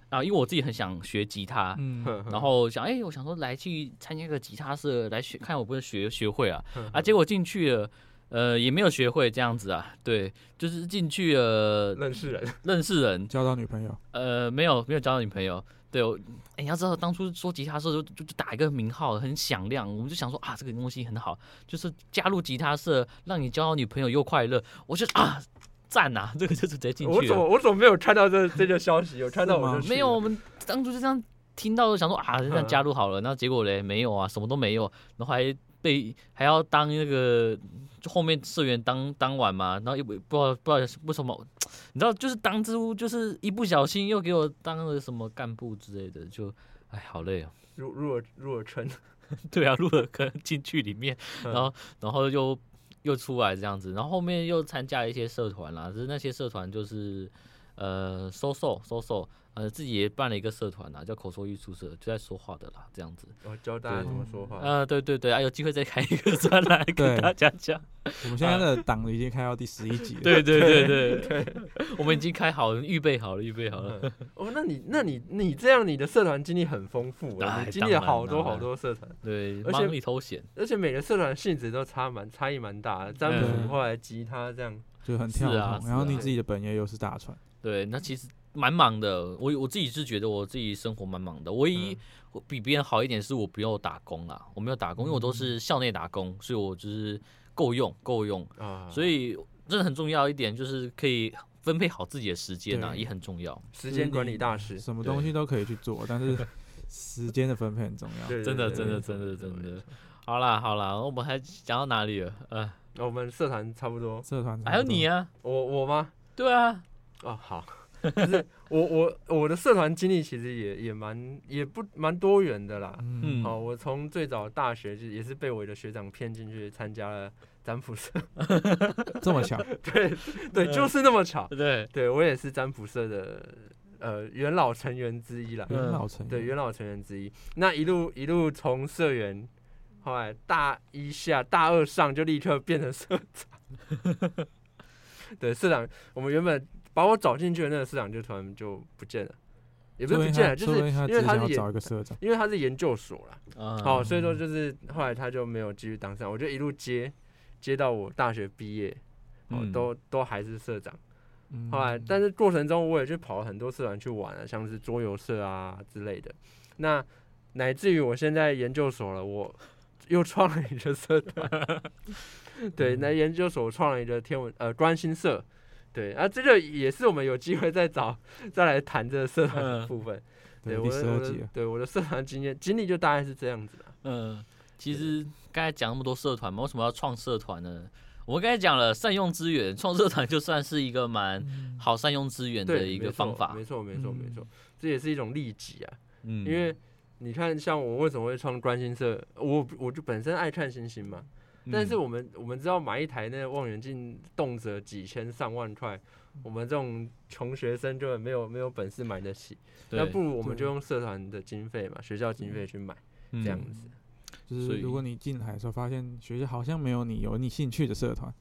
Speaker 1: 啊，因为我自己很想学吉他，
Speaker 3: 嗯，
Speaker 1: 然后想哎、我想说来去参加个吉他社来学，看我不是学学会啊
Speaker 2: 嗯
Speaker 1: 啊，结果进去了。呃，也没有学会这样子啊，对，就是进去了
Speaker 2: 嗯认识人，
Speaker 1: 认识人，
Speaker 3: 交到女朋友，
Speaker 1: 呃，没有没有交到女朋友。对，我哎、你要知道，当初说吉他社就就就打一个名号，很响亮，我们就想说啊，这个东西很好，就是加入吉他社，让你交到女朋友又快乐。我就啊，赞啊，这个就是直接进
Speaker 2: 我
Speaker 1: 去
Speaker 2: 怎么
Speaker 1: 了。
Speaker 2: 我怎么没有看到这这个消息？有看到我就
Speaker 3: 么
Speaker 2: 去
Speaker 1: 没有，我们当初就这样听到，想说啊，这样加入好了。那结果嘞，没有啊，什么都没有，然后还被还要当那个就后面社员当当晚嘛，然后又不不知道不知道为什么，你知道，就是当初就是一不小心又给我当了什么干部之类的，就哎好累哦。
Speaker 2: 入入入了圈，
Speaker 1: 对啊，入了坑进去里面，
Speaker 2: 嗯
Speaker 1: 然后然后又又出来这样子，然后后面又参加一些社团啦，就是那些社团就是呃收售收售，呃自己也办了一个社团啦，叫口说艺术社，就在说话的啦这样子。
Speaker 2: 我教大家怎么说话。
Speaker 1: 呃，对对对，啊有机会再开一个专栏
Speaker 3: 对
Speaker 1: 跟大家讲。
Speaker 3: 我们现在的档已经开到第十一集了。
Speaker 1: 对对对对 我们已经开好了，预备好了，预备好了。
Speaker 2: 嗯哦，那你那你你这样，你的社团经历很丰富欸，
Speaker 1: 哎
Speaker 2: 你经历了
Speaker 1: 当然
Speaker 2: 好多
Speaker 1: 当然
Speaker 2: 好多社团，
Speaker 1: 对，
Speaker 2: 而且
Speaker 1: 忙里偷闲。
Speaker 2: 而且每个社团性质都差蛮差异蛮大的，占
Speaker 1: 嗯
Speaker 2: 卜后来吉他这样，
Speaker 3: 就很
Speaker 1: 是
Speaker 3: 跳
Speaker 1: 啊
Speaker 3: 痛。
Speaker 1: 是
Speaker 3: 然后
Speaker 1: 啊
Speaker 3: 你自己的本业又是大船，
Speaker 1: 对，那其实蛮忙的。我我自己是觉得我自己生活蛮忙的，唯一我比别人好一点是我不用打工啦，我没有打工，因为我都是校内打工，所以我就是够用够用。
Speaker 2: 啊，
Speaker 1: 所以真的很重要一点就是可以分配好自己的时间啊，
Speaker 3: 对
Speaker 1: 也很重要。
Speaker 2: 时间管理大
Speaker 1: 嗯
Speaker 2: 师，
Speaker 3: 什么东西都可以去做，但是时间的分配很重要。
Speaker 2: 对
Speaker 1: 真的
Speaker 2: 对
Speaker 1: 真的
Speaker 2: 对
Speaker 1: 真的
Speaker 2: 对
Speaker 1: 真
Speaker 2: 对
Speaker 1: 的。好啦好啦，我们还讲到哪里了？呃，
Speaker 2: 那我们社团差不 多，
Speaker 3: 社团
Speaker 1: 还有你
Speaker 3: 啊，
Speaker 1: 啊，
Speaker 2: 我我吗？
Speaker 1: 对啊，
Speaker 2: 哦，好，就是我我我的社团经历其实也也蛮也不蛮多元的啦。
Speaker 3: 嗯，
Speaker 2: 哦，我从最早大学就也是被我的学长骗进去参加了占卜社，
Speaker 3: 这么巧，
Speaker 2: 对对，
Speaker 1: 嗯
Speaker 2: 就是那么巧，
Speaker 1: 对，
Speaker 2: 对我也是占卜社的呃元老成员之一啦，
Speaker 3: 元老成员
Speaker 2: 对元老成员之一。那一路一路从社员，后来大一下大二上就立刻变成社 对，社长，我们原本把我找进去的那个社长就突然就不见了，也不是不见了，就
Speaker 3: 说
Speaker 2: 是
Speaker 3: 不定他
Speaker 2: 因为
Speaker 3: 只
Speaker 2: 他是
Speaker 3: 想要
Speaker 2: 研
Speaker 3: 找一个社长，
Speaker 2: 因为他是研究所啦，
Speaker 1: 嗯，
Speaker 2: 哦，所以说就是后来他就没有继续当上，我就一路接接到我大学毕业，哦，
Speaker 1: 嗯
Speaker 2: 都都还是社长。
Speaker 3: 嗯
Speaker 2: 后来，但是过程中我也去跑了很多社团去玩啊，像是桌游社啊之类的。那乃至于我现在研究所了，我 又创了一个社团， 对，那研究所创了一个天文呃关心社，对啊，这个也是我们有机会再找再来谈这个社团的
Speaker 1: 嗯
Speaker 2: 部分。对，
Speaker 3: 对
Speaker 2: 我
Speaker 3: 第
Speaker 2: 的
Speaker 3: 十
Speaker 2: 我
Speaker 3: 二
Speaker 2: 的
Speaker 3: 集了，啊
Speaker 2: 对我的社团经验经历就大概是这样子的。
Speaker 1: 嗯，其实刚才讲那么多社团嘛，为什么要创社团呢？我们刚才讲了善用资源，创社团就算是一个蛮
Speaker 2: 嗯
Speaker 1: 好善用资源的
Speaker 2: 对，
Speaker 1: 一
Speaker 2: 没
Speaker 1: 个
Speaker 2: 错
Speaker 1: 方法
Speaker 2: 没。错，没错，没
Speaker 3: 嗯
Speaker 2: 错，这也是一种利己啊。
Speaker 1: 嗯，
Speaker 2: 因为你看，像我为什么会创观星社，我我就本身爱看星星嘛。但是
Speaker 1: 嗯
Speaker 2: 我们我们知道买一台那望远镜动辄几千上万块，我们这种穷学生就没有没有本事买得起。那
Speaker 1: 对
Speaker 2: 不如我们就
Speaker 3: 对
Speaker 2: 用社团的经费嘛，学校经费去买
Speaker 1: 嗯
Speaker 2: 这样子。
Speaker 3: 就
Speaker 1: 所
Speaker 3: 是
Speaker 1: 以
Speaker 3: 如果你进来的时候发现学校好像没有你有你兴趣的社团，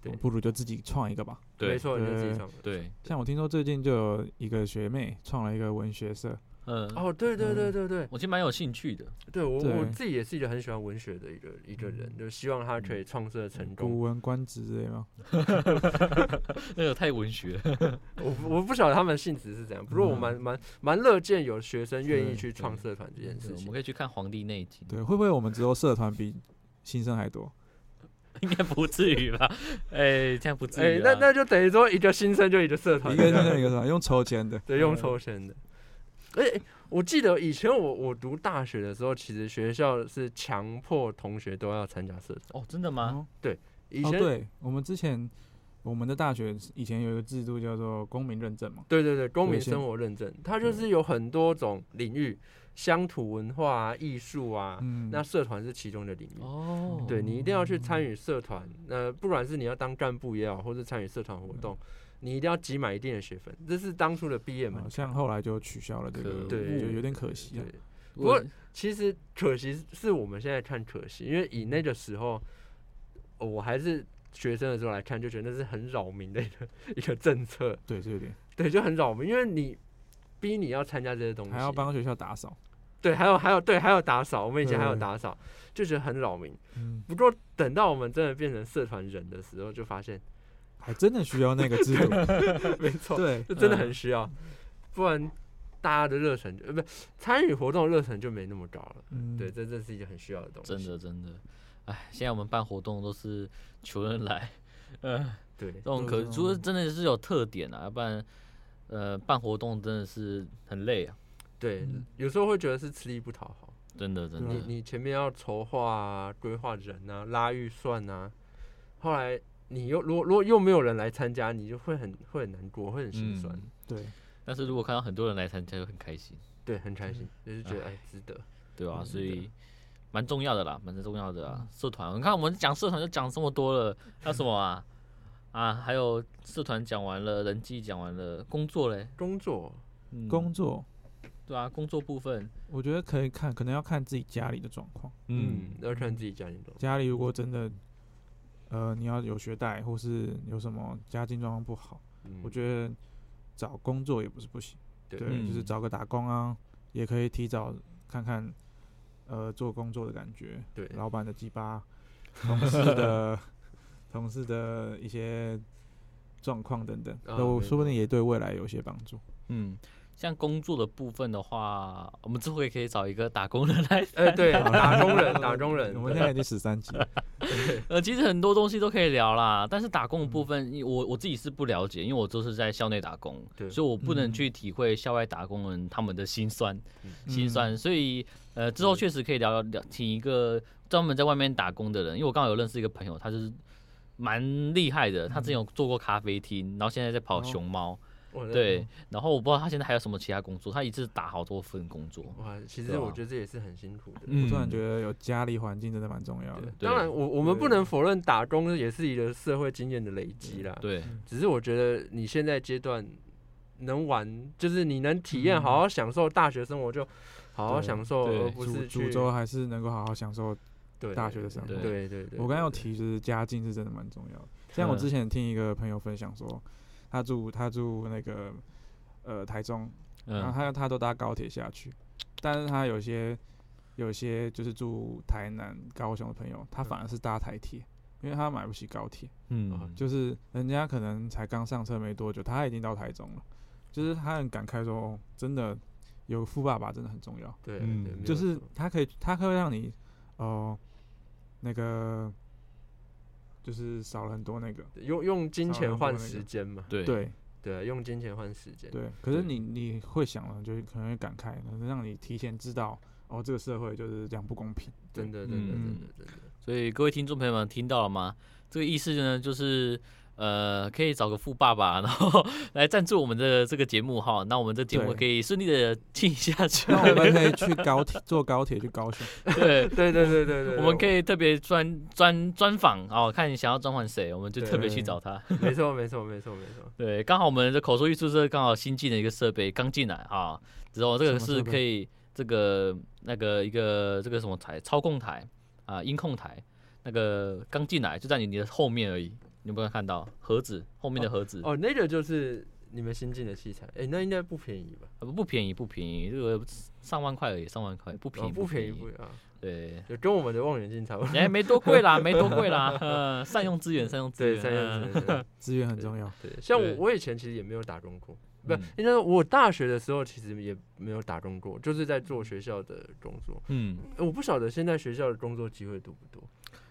Speaker 2: 对
Speaker 3: 不如就自己创一个吧。
Speaker 1: 对
Speaker 2: 没错，你就自己
Speaker 3: 对
Speaker 2: 创。
Speaker 1: 对，
Speaker 3: 像我听说最近就有一个学妹创了一个文学社，
Speaker 1: 嗯，
Speaker 2: 哦，对对对对对
Speaker 1: 我其实蛮有兴趣的。
Speaker 2: 对，我我
Speaker 3: 对
Speaker 2: 自己也是一个很喜欢文学的一个一个
Speaker 1: 嗯
Speaker 2: 人，就希望他可以创设成功嗯
Speaker 3: 古。文观止之类吗？
Speaker 1: 那个太文 学了，
Speaker 2: 我不我不晓得他们性质是怎样，不过我蛮蛮蛮乐见有学生愿意
Speaker 3: 嗯对
Speaker 2: 去创社团这件
Speaker 1: 对
Speaker 2: 事
Speaker 1: 我们
Speaker 2: 情。
Speaker 1: 可以去看《黄帝内经》，
Speaker 3: 对，会不会我们之后社团比新生还多？
Speaker 1: 应该不至于吧？ 哎，这样不至
Speaker 2: 哎、
Speaker 1: 于啊。
Speaker 2: 那那就等于说一个新生就一个社团
Speaker 3: 一
Speaker 2: 这
Speaker 3: 个
Speaker 2: 样，
Speaker 3: 新生一个社嗯团，用抽签的。
Speaker 2: 对，用抽签的。哎、我记得以前我我读大学的时候，其实学校是强迫同学都要参加社团。
Speaker 1: 哦，真的吗？
Speaker 3: 哦，
Speaker 2: 啊以
Speaker 3: 哦
Speaker 2: 前、
Speaker 3: 对，我们之前我们的大学以前有一个制度叫做公民认证嘛，
Speaker 2: 对对对，公民
Speaker 3: 对先
Speaker 2: 生活认证，它
Speaker 3: 嗯
Speaker 2: 就是有很多种领域，乡土文化啊、艺术啊，
Speaker 3: 嗯，
Speaker 2: 那社团是其中的领域。
Speaker 1: 哦，
Speaker 2: 对你一定要去参与社团，呃，不管是你要当干部也好，或是参与社团活
Speaker 3: 嗯
Speaker 2: 动，你一定要集满一定的学分，这是当初的毕业门
Speaker 3: 好
Speaker 2: 槛。
Speaker 3: 哦像后来就取消了这个，
Speaker 1: 可
Speaker 2: 恶
Speaker 3: 啊就有点可惜啊
Speaker 2: 对
Speaker 3: 了。，
Speaker 1: 我，
Speaker 2: 不过其实可惜是我们现在看可惜，因为以那个时候，呃我还是学生的时候来看，就觉得那是很扰民的一个一个政策，
Speaker 3: 对，这有点
Speaker 2: 对，就很扰民，因为你逼你要参加这些东西，
Speaker 3: 还要帮学校打扫。
Speaker 2: 对，还有还有对，还有打扫，我们以前还有
Speaker 3: 对
Speaker 2: 打扫，就觉得很扰民。
Speaker 3: 嗯，
Speaker 2: 不过等到我们真的变成社团人的时候，就发现。
Speaker 3: 还真的需要那个制 度。
Speaker 2: 没错，
Speaker 3: 对，
Speaker 2: 哦这真的
Speaker 1: 嗯
Speaker 2: 很需要，不然大家的热忱就呃不参与活动的热忱就没那么高了。
Speaker 3: 嗯，
Speaker 2: 对，这这是一件很需要的东西。
Speaker 1: 真，的真的，哎，现在我们办活动都是求人来， 嗯、
Speaker 2: 对
Speaker 1: 这种可
Speaker 3: 都是这种
Speaker 1: 除了真的是有特点啊，要不然呃办活动真的是很累啊，
Speaker 2: 对
Speaker 3: 嗯，
Speaker 2: 有时候会觉得是吃力不讨好。
Speaker 1: 真的真
Speaker 3: 对
Speaker 2: 你
Speaker 1: 的，
Speaker 2: 你前面要筹划啊、规划人啊、拉预算啊，后来你又如果如果又没有人来参加，你就会很会很难过，会很心酸。
Speaker 1: 嗯。
Speaker 3: 对，
Speaker 1: 但是如果看到很多人来参加，就很开心，
Speaker 2: 对，很开心，就是觉得
Speaker 1: 唉
Speaker 2: 哎值得。
Speaker 1: 对吧、
Speaker 2: 嗯
Speaker 1: 所
Speaker 2: 对嗯
Speaker 1: 以蛮重要的啦，蛮重要的啊。社团，你看我们讲社团就讲这么多 了，还有什么啊？啊，还有社团讲完了，人际讲完了，工作嘞，
Speaker 2: 工作
Speaker 1: 嗯
Speaker 3: 工作
Speaker 1: 对啊，工作部分，
Speaker 3: 我觉得可以看，可能要看自己家里的状况。
Speaker 2: 嗯，要看自己家庭中。
Speaker 3: 家里如果真的，呃，你要有学贷，或是有什么家境状况不好，
Speaker 2: 嗯，
Speaker 3: 我觉得找工作也不是不行。
Speaker 2: 对
Speaker 3: 对，就是
Speaker 1: 嗯
Speaker 3: 找个打工啊，也可以提早看看，呃，做工作的感觉，
Speaker 2: 对
Speaker 3: 老板的 鸡巴，同事的同事的一些状况等等，
Speaker 2: 啊
Speaker 3: 都
Speaker 2: 没
Speaker 3: 说不
Speaker 2: 错
Speaker 3: 定也对未来有些帮助。
Speaker 1: 嗯，像工作的部分的话，我们之后也可以找一个打工人来。
Speaker 2: 哎对，
Speaker 3: 好
Speaker 2: 打工人，打工人，
Speaker 3: 我们现在已经十三集了，
Speaker 1: 呃，其实很多东西都可以聊啦，但是打工的
Speaker 3: 嗯
Speaker 1: 部分，因我我自己是不了解，因为我都是在校内打工，
Speaker 2: 对
Speaker 1: 所以我不能
Speaker 3: 嗯
Speaker 1: 去体会校外打工人他们的辛酸，
Speaker 3: 嗯
Speaker 1: 辛酸。所以呃，之后
Speaker 2: 对
Speaker 1: 确实可以聊聊，请一个专门在外面打工的人，因为我刚好有认识一个朋友，他就是蛮厉害的，他之前有做过咖啡厅，然后现在在跑
Speaker 3: 嗯哦
Speaker 1: 熊猫，
Speaker 2: 我的
Speaker 1: 对，然后我不知道他现在还有什么其他工作，他一次打好多份工作。
Speaker 3: 哦
Speaker 2: 哇，其
Speaker 1: 对
Speaker 2: 实
Speaker 1: 啊
Speaker 2: 我觉得这也是很辛苦的。
Speaker 1: 嗯
Speaker 3: 我突然觉得有家里环境真的蛮重要的。
Speaker 2: 对，当然我我们不能否认打工也是一个社会经验的累
Speaker 3: 嗯
Speaker 2: 积啦。，
Speaker 1: 对，
Speaker 2: 只是我觉得你现在阶段能玩，就是你能体验，好好享受大学生活，就好好
Speaker 3: 嗯对
Speaker 2: 享受，
Speaker 1: 对
Speaker 2: 而不
Speaker 3: 主
Speaker 2: 是
Speaker 3: 主
Speaker 2: 去
Speaker 3: 轴还是能够好好享受
Speaker 2: 对
Speaker 3: 大学的生活。
Speaker 1: 对
Speaker 2: 对对对，
Speaker 3: 我刚刚有
Speaker 2: 对
Speaker 3: 提，就是家境是真的蛮重要的。像我
Speaker 1: 嗯
Speaker 3: 之前听一个朋友分享说，他住他住那个呃台中，然后
Speaker 1: 嗯
Speaker 3: 他他都搭高铁下去，但是他有些有些就是住台南、高雄的朋友，他反而是搭台铁，因为他买不起高铁，
Speaker 1: 嗯，
Speaker 3: 啊就是人家可能才刚上车没多久，他已经到台中了，就是他很感慨说，哦真的有富爸爸真的很重要，
Speaker 2: 对，
Speaker 1: 嗯
Speaker 2: 对没有
Speaker 3: 就是
Speaker 2: 错
Speaker 3: 他可以他会让你哦、那个就是少了很多那个。
Speaker 2: 对用用金
Speaker 3: 少了
Speaker 2: 钱
Speaker 3: 很
Speaker 2: 换
Speaker 3: 多那个
Speaker 2: 时间嘛，
Speaker 1: 对
Speaker 3: 对
Speaker 2: 对，啊用金钱换时间，
Speaker 3: 对，可是
Speaker 2: 对
Speaker 3: 你你会想了，就是可能会感慨，可能让你提前知道哦，这个社会就是这样不公平。
Speaker 2: 真的，真的，
Speaker 1: 嗯
Speaker 2: 真的，真的，
Speaker 1: 所以各位听众朋友们听到了吗？这个意思呢，就是呃，可以找个富爸爸，然 后来赞助我们的这个节目哈。那我们这节目
Speaker 3: 对
Speaker 1: 可以顺利的进下去
Speaker 3: 那。我们可以去高 铁，坐高铁去高雄。
Speaker 1: 对，
Speaker 2: 对对对 对对，
Speaker 1: 我们可以特别专专专访哦，看你想要专访谁，我们就特别去
Speaker 3: 对
Speaker 1: 找他。
Speaker 2: 没错，没错，没错，没错，
Speaker 1: 对，刚好我们的口述艺术社刚好新进的一个设备刚进来啊，之后这个
Speaker 3: 什么
Speaker 1: 是
Speaker 3: 设备
Speaker 1: 可以这个那个一个这个什么台操控台啊音控台，那个刚进来就在你你的后面而已，你有没有看到盒子后面的盒子？
Speaker 2: 哦，那个就是你们新进的器材，哎，那应该不便宜吧？
Speaker 1: 啊不不便宜不便宜，这个上万块而已，上万块不便
Speaker 2: 哦，
Speaker 1: 宜
Speaker 2: 不便宜，
Speaker 1: 宜
Speaker 2: 不便宜啊，
Speaker 1: 对。
Speaker 2: 就跟我们的望远镜差不多。
Speaker 1: 哎，没多贵啦，没多贵啦， 嗯，善用资源，善用资源，
Speaker 2: 对，三样
Speaker 1: 嗯
Speaker 2: 子。对
Speaker 3: 资源很重要。
Speaker 2: 对，像
Speaker 1: 对
Speaker 2: 我，我以前其实也没有打工过，不
Speaker 1: 嗯，
Speaker 2: 应该说我大学的时候其实也没有打工过，就是在做学校的工作。
Speaker 1: 嗯，
Speaker 2: 呃我不晓得现在学校的工作机会多不多。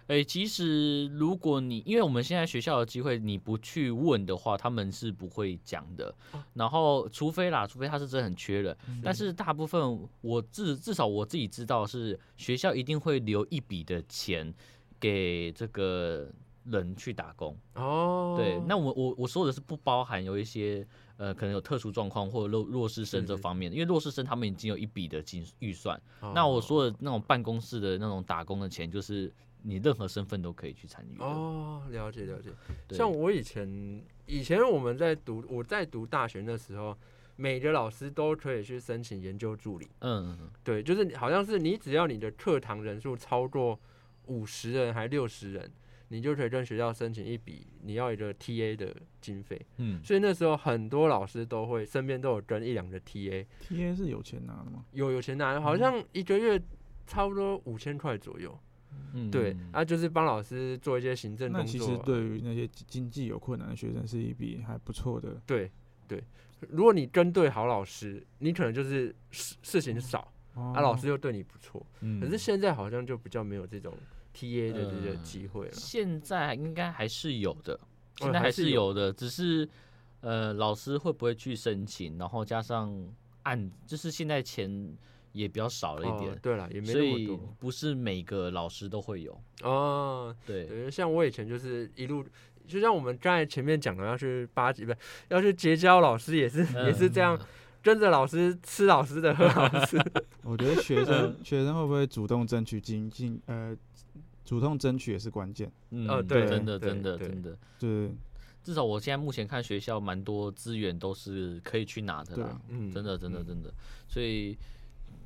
Speaker 1: 哎、其实如果你因为我们现在学校的机会，你不去问的话，他们是不会讲的。
Speaker 2: 哦
Speaker 1: 然后，除非啦，除非他是真的很缺人，
Speaker 2: 嗯
Speaker 1: 但是大部分我至至少我自己知道是学校一定会留一笔的钱给这个人去打工。
Speaker 2: 哦，
Speaker 1: 对，那我我我说的是不包含有一些呃可能有特殊状况或者弱弱势生
Speaker 2: 是
Speaker 1: 这
Speaker 2: 是
Speaker 1: 方面，因为弱势生他们已经有一笔的金预算。
Speaker 2: 哦
Speaker 1: 那我说的那种办公室的那种打工的钱，就是你任何身份都可以去参与的。
Speaker 2: 哦，了解了解。
Speaker 1: 对，
Speaker 2: 像我以前，以前我们在读我在读大学那时候，每个老师都可以去申请研究助理。
Speaker 1: 嗯，
Speaker 2: 对，就是你好像是你只要你的课堂人数超过五十人还六十人，你就可以跟学校申请一笔你要一个 TA 的经费。
Speaker 1: 嗯
Speaker 2: 所以那时候很多老师都会身边都有跟一两个 TA，
Speaker 3: T A 是有钱拿的吗？
Speaker 2: 有有钱拿，好
Speaker 3: 嗯
Speaker 2: 像一个月差不多五千块左右。
Speaker 1: 嗯，
Speaker 2: 对
Speaker 1: 嗯，
Speaker 2: 啊，就是帮老师做一些行政
Speaker 3: 那
Speaker 2: 工
Speaker 3: 其
Speaker 2: 作
Speaker 3: 实
Speaker 2: 啊。
Speaker 3: 对于那些经经济有困难的学生，是一笔还不错的。
Speaker 2: 对对，如果你跟对好老师，你可能就是事事情少，
Speaker 3: 哦
Speaker 2: 啊，老师又对你不错。
Speaker 1: 嗯
Speaker 2: 可是现在好像就比较没有这种 TA 的这个
Speaker 1: 嗯
Speaker 2: 机会了。
Speaker 1: 现在应该还是有的，
Speaker 2: 哦
Speaker 1: 现在
Speaker 2: 还
Speaker 1: 还
Speaker 2: 是
Speaker 1: 是
Speaker 2: 有
Speaker 1: 有的，只是呃，老师会不会去申请，然后加上按，就是现在钱也比较少了一
Speaker 2: 哦
Speaker 1: 点，，
Speaker 2: 对了，也没
Speaker 1: 所
Speaker 2: 那么
Speaker 1: 以
Speaker 2: 多
Speaker 1: 不是每个老师都会有。
Speaker 2: 哦。
Speaker 1: 对，
Speaker 2: 对，像我以前就是一路，就像我们刚才前面讲的，要去八级，不是要去结交老师，也是、
Speaker 1: 嗯
Speaker 2: 也是这样，跟着老师吃老师的，喝老师。
Speaker 3: 我觉得学生学生会不会主动争取经进呃，主动争取也是关键。
Speaker 1: 嗯，
Speaker 2: 呃对
Speaker 1: 真的，
Speaker 2: 对
Speaker 1: 真的，
Speaker 2: 对
Speaker 1: 真的。
Speaker 3: 对
Speaker 1: 至少我现在目前看学校蛮多资源都是可以去拿的
Speaker 3: 对
Speaker 1: 啦，
Speaker 2: 嗯
Speaker 1: 真的真的
Speaker 2: 嗯
Speaker 1: 真的，所以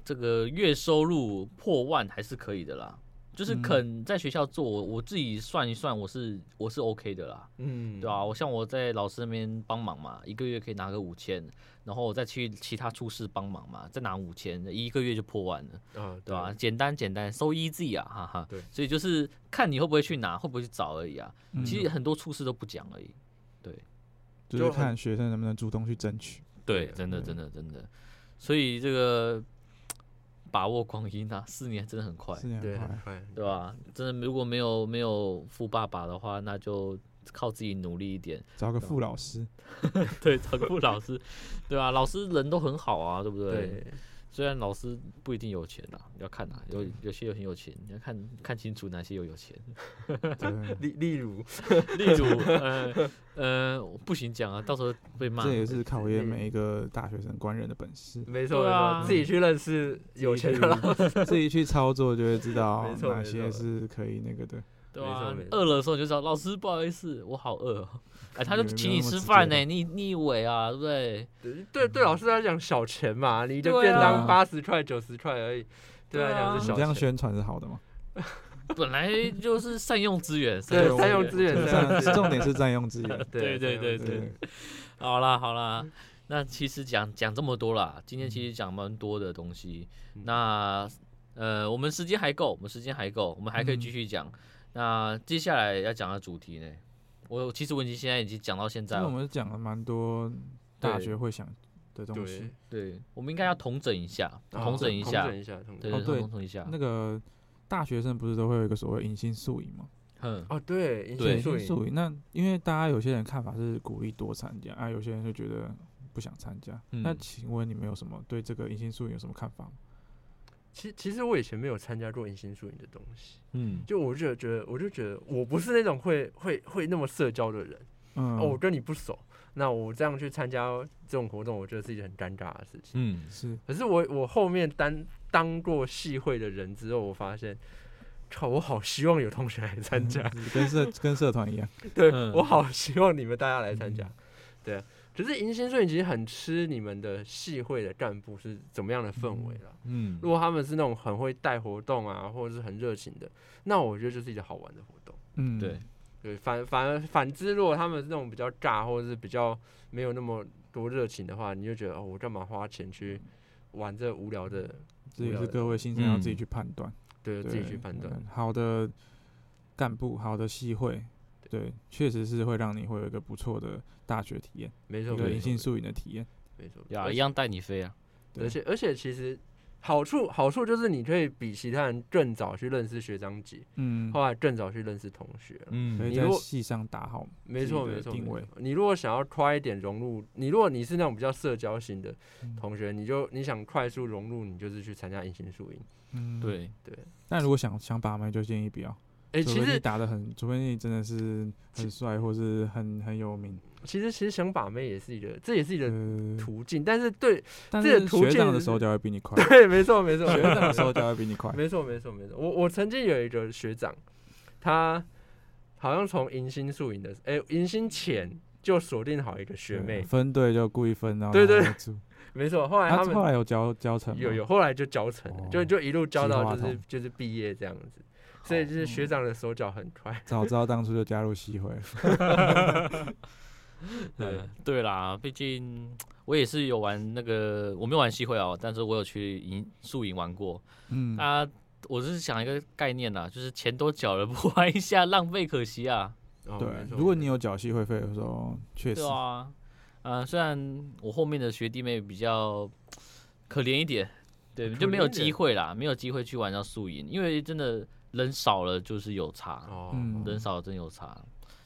Speaker 1: 这个月收入破万还是可以的啦，就是
Speaker 3: 嗯
Speaker 1: 肯在学校做，我我自己算一算，我是我是 OK 的啦，
Speaker 2: 嗯，
Speaker 1: 对啊，我像我在老师那边帮忙嘛，一个月可以拿个五千，然后我再去其他处室帮忙嘛，再拿五千，一个月就破万了，
Speaker 2: 啊，
Speaker 1: 对吧、简单简单，so easy 啊，哈哈，
Speaker 2: 对
Speaker 1: 所以就是看你会不会去拿，会不会去找而已啊，
Speaker 3: 嗯
Speaker 1: 其实很多处室都不讲而已。
Speaker 2: 就
Speaker 3: 就
Speaker 2: 是很
Speaker 3: 看学生能不能主动去争取。
Speaker 1: 对，嗯
Speaker 2: 对
Speaker 1: 真的，
Speaker 3: 对
Speaker 1: 真的，真的。所以这个把握光阴啊，四年真的很快，
Speaker 3: 是这样
Speaker 2: 对，
Speaker 3: 快
Speaker 2: 很快，
Speaker 1: 对吧？真的，如果没有没有富爸爸的话，那就靠自己努力一点。
Speaker 3: 找个副老师，
Speaker 1: 对，找个老师， 对吧、老师人都很好啊，对不对？
Speaker 2: 对，
Speaker 1: 虽然老师不一定有钱啊，要看啊，有有些有很有钱，你要看看清楚哪些有有钱。
Speaker 3: 对，
Speaker 2: 例例如，
Speaker 1: 例如， 呃呃，我不行讲啊，到时候被骂。
Speaker 3: 这也是考验
Speaker 2: 对
Speaker 3: 每一个大学生官人的本事。
Speaker 2: 没
Speaker 1: 对
Speaker 2: 错没
Speaker 1: 啊
Speaker 2: 错，自己去认识有钱的老师，
Speaker 3: 自己去操作就会知道
Speaker 2: 没错
Speaker 3: 哪
Speaker 2: 没错
Speaker 3: 些是可以那个的。
Speaker 1: 对
Speaker 2: 没错
Speaker 1: 啊
Speaker 2: 没，错
Speaker 1: 饿了的时候你就知道，老师不好意思，我好 饿、哦。哎，他就
Speaker 3: 没有
Speaker 1: 请你
Speaker 3: 没有那么
Speaker 1: 吃
Speaker 3: 直
Speaker 1: 饭呢、
Speaker 3: 接
Speaker 1: 你你以为啊，对不对？
Speaker 2: 对对对，老师来讲小钱嘛，你的
Speaker 1: 对
Speaker 2: 便
Speaker 1: 啊
Speaker 2: 当八十块九十块而已，对他来
Speaker 1: 对啊
Speaker 2: 讲
Speaker 3: 你
Speaker 2: 是
Speaker 3: 这
Speaker 2: 小
Speaker 3: 样
Speaker 2: 钱。
Speaker 3: 宣传是好的吗？
Speaker 1: 本来就是善用资 源，善
Speaker 2: 对
Speaker 1: 用
Speaker 2: 善
Speaker 1: 资
Speaker 2: 用
Speaker 1: 源
Speaker 2: 资源善用资源
Speaker 3: 啊重点是占用资源。
Speaker 1: 对对对
Speaker 2: 对
Speaker 3: 对，
Speaker 1: 好啦好啦，那其实讲讲这么多啦，今天其实讲蛮多的东西。
Speaker 2: 嗯
Speaker 1: 那呃，我们时间还够，我们时间还够，我们还可以继续
Speaker 3: 嗯
Speaker 1: 讲。那接下来要讲的主题呢，我其实我已经现在已经讲到现
Speaker 3: 因
Speaker 1: 在
Speaker 3: 为我
Speaker 1: 了，
Speaker 3: 们讲了蛮多大学会想的东
Speaker 2: 对
Speaker 3: 西。
Speaker 1: 对，我们应该要统整一下，
Speaker 2: 啊
Speaker 1: 统整一下
Speaker 2: 统，整一下，统整
Speaker 1: 对，
Speaker 2: 一下
Speaker 3: 哦对
Speaker 1: 统整一下。
Speaker 3: 那个大学生不是都会有一个所谓隐性宿营吗？
Speaker 1: 哼，
Speaker 2: 哦，对，银
Speaker 1: 对
Speaker 2: 杏树
Speaker 3: 隐
Speaker 2: 影
Speaker 3: 性宿营。那因为大家有些人看法是鼓励多参加，啊，有些人就觉得不想参加。
Speaker 1: 嗯
Speaker 3: 那请问你们有什么对这个隐性宿营有什么看法吗？
Speaker 2: 其其实我以前没有参加过银杏树影的东西，
Speaker 1: 嗯，
Speaker 2: 就我就觉得，我就觉得我不是那种会会会那么社交的人，
Speaker 3: 嗯，
Speaker 2: 哦，我跟你不熟，那我这样去参加这种活动，我觉得是一件很尴尬的事情。
Speaker 1: 嗯，
Speaker 3: 是
Speaker 2: 可是我我后面当当过系会的人之后，我发现，靠，我好希望有同学来参加，
Speaker 3: 嗯 跟社跟社团一样，
Speaker 2: 对、
Speaker 1: 嗯
Speaker 2: 我好希望你们大家来参
Speaker 3: 嗯
Speaker 2: 加，对啊。只是迎新摄影其实很吃你们的系会的干部是怎么样的氛围了。
Speaker 1: 嗯
Speaker 2: 如，果他们是那种很会带活动啊，或者是很热情的，那我觉得就是一个好玩的活动。
Speaker 3: 嗯，
Speaker 1: 对，
Speaker 2: 对，反反而反之，如果他们是那种比较炸，或者是比较没有那么多热情的话，你就觉得哦，我干嘛花钱去玩这无聊的？
Speaker 3: 这也是各位新生要自己去判断，
Speaker 2: 对，
Speaker 3: 对
Speaker 2: 自己去判断。
Speaker 3: 嗯好的干部，好的系会，对，确实是会让你会有一个不错的大学体验，
Speaker 2: 没错，
Speaker 3: 一个
Speaker 2: 没
Speaker 3: 银
Speaker 2: 错，
Speaker 3: 杏树影的体验。
Speaker 2: 没错。
Speaker 1: 呀，
Speaker 2: 而
Speaker 1: 一样带你飞啊。
Speaker 3: 对
Speaker 2: 而且而且其实好处好处就是你可以比其他人更早去认识学长姐，
Speaker 3: 嗯，
Speaker 2: 后来更早去认识同学了。
Speaker 3: 可
Speaker 1: 嗯
Speaker 3: 以
Speaker 2: 你
Speaker 3: 在
Speaker 2: 如果
Speaker 3: 系上打好，
Speaker 2: 没错
Speaker 3: 自己的
Speaker 2: 没错，
Speaker 3: 定
Speaker 2: 没
Speaker 3: 位
Speaker 2: 错你如果想要快一点融入，你如果你是那种比较社交型的
Speaker 3: 嗯
Speaker 2: 同学，你就你想快速融入，你就是去参加隐形宿营。
Speaker 3: 嗯，。
Speaker 1: 对，
Speaker 3: 但如果想想把妹，就建议不要。
Speaker 2: 哎、
Speaker 3: 除
Speaker 2: 其
Speaker 3: 非你
Speaker 2: 实
Speaker 3: 打的很，除非你真的是很帅，或是很很有名。
Speaker 2: 其实其实想把妹也是一个，这也是一个
Speaker 3: 呃，
Speaker 2: 途径，但是对
Speaker 3: 但
Speaker 2: 这
Speaker 3: 是
Speaker 2: 个途
Speaker 3: 学长
Speaker 2: 径
Speaker 3: 的
Speaker 2: 是
Speaker 3: 手脚会比 你快，
Speaker 2: 对，没错没错，
Speaker 3: 学长的手
Speaker 2: 没错
Speaker 3: 脚会比你快。
Speaker 2: 没错没错没错。我我曾经有一个学长，他好像从迎新宿营的，哎、迎新前就锁定好一个 学
Speaker 3: 对
Speaker 2: 妹，
Speaker 3: 分队就故意分，然后
Speaker 2: 对对
Speaker 3: 拿来住
Speaker 2: 没错。后来啊
Speaker 3: 他
Speaker 2: 他们
Speaker 3: 啊后来有教教程吗
Speaker 2: 有有，后来就教成了，就
Speaker 3: 哦
Speaker 2: 就一路教
Speaker 3: 计
Speaker 2: 到
Speaker 3: 划
Speaker 2: 就是
Speaker 3: 通
Speaker 2: 就是毕业这样子。所以就是学长的手脚很快。
Speaker 3: 早知道当初就加入西会了。
Speaker 2: 对
Speaker 1: 嗯，对啦，毕竟我也是有玩那个，我没有玩西会哦，但是我有去营宿营玩过。
Speaker 3: 嗯，
Speaker 1: 啊，我是想一个概念啦，就是钱都缴了， 不玩一下浪费，可惜啊。
Speaker 2: 哦
Speaker 3: 对
Speaker 2: 没，错
Speaker 3: 如果
Speaker 2: 没
Speaker 3: 你有缴系会费的时候，确实
Speaker 1: 对啊，啊，虽然我后面的学弟妹比较可怜一点，对，
Speaker 2: 可
Speaker 1: 就没有
Speaker 2: 怜一点
Speaker 1: 机会啦，没有机会去玩到宿营，因为真的人少了就是有差
Speaker 2: 错，哦，
Speaker 3: 嗯
Speaker 1: 人少了真有差。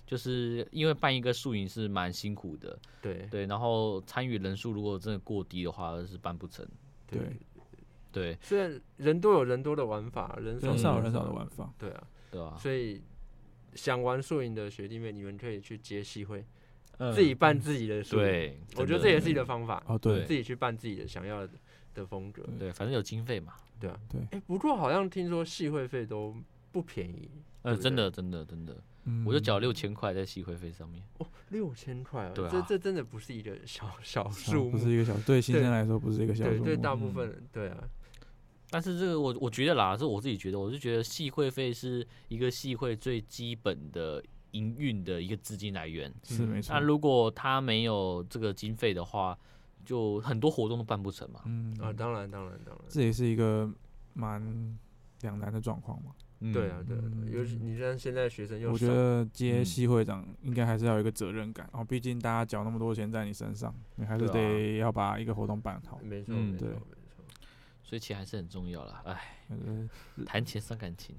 Speaker 1: 就是因为办一个宿营是蛮辛苦的，
Speaker 2: 对
Speaker 1: 对，然后参与人数如果真的过低的话，是办不成。
Speaker 3: 对，
Speaker 1: 对
Speaker 2: 虽然人多有人多的玩法，人少
Speaker 3: 人少有
Speaker 2: 有
Speaker 3: 人少的玩，法，
Speaker 2: 对啊，
Speaker 1: 对啊，
Speaker 2: 所以想玩宿营的学弟妹，你们可以去接戏会，
Speaker 1: 嗯
Speaker 2: 自己办自己的宿营，
Speaker 1: 对，
Speaker 2: 我觉
Speaker 1: 真
Speaker 2: 得
Speaker 1: 的
Speaker 2: 这也是一个方法，
Speaker 3: 哦，对
Speaker 1: 对
Speaker 2: 自己去办自己的想要的的风格。
Speaker 1: 对，反正有经费嘛。
Speaker 2: 哎，不过好像听说戏会费都不便宜，
Speaker 1: 呃，
Speaker 2: 对不
Speaker 1: 真
Speaker 2: 对
Speaker 1: 的真的真的，
Speaker 3: 嗯
Speaker 1: 我就缴六千块在吸会费上面。
Speaker 2: 哦，六千块啊，
Speaker 1: 对啊
Speaker 2: 这这真的不是一个小小
Speaker 3: 啊
Speaker 2: 数
Speaker 3: 不
Speaker 2: 目
Speaker 3: 是，一个小，对新
Speaker 2: 对
Speaker 3: 生来说不是一个小
Speaker 2: 对
Speaker 3: 数
Speaker 2: 对，
Speaker 3: 目
Speaker 2: 大部
Speaker 1: 嗯
Speaker 2: 分人对啊，
Speaker 1: 但是这个我我觉得啦，是我自己觉得，我就觉得系会费是一个系会最基本的营运的一个资金来源。
Speaker 3: 是
Speaker 2: 嗯
Speaker 3: 没错
Speaker 1: 那。如果他没有这个经费的话，就很多活动都办不成嘛。
Speaker 3: 嗯
Speaker 2: 啊，当然当然当然，
Speaker 3: 这也是一个蛮两难的状况嘛。
Speaker 2: 对啊，对啊，对啊
Speaker 3: 嗯
Speaker 2: 尤其你像现在学生又
Speaker 3: 我
Speaker 2: 少
Speaker 3: 觉得接
Speaker 1: 嗯
Speaker 3: 系会长应该还是要有一个责任感哦，毕竟大家缴那么多钱在你身上，你还是
Speaker 1: 对啊
Speaker 3: 得要把一个活动办好。
Speaker 2: 没错
Speaker 1: 嗯
Speaker 2: 没错
Speaker 3: 对
Speaker 2: 没错，
Speaker 1: 所以钱还是很重要啦。哎，
Speaker 2: 嗯
Speaker 3: 呃
Speaker 1: 谈钱伤感情。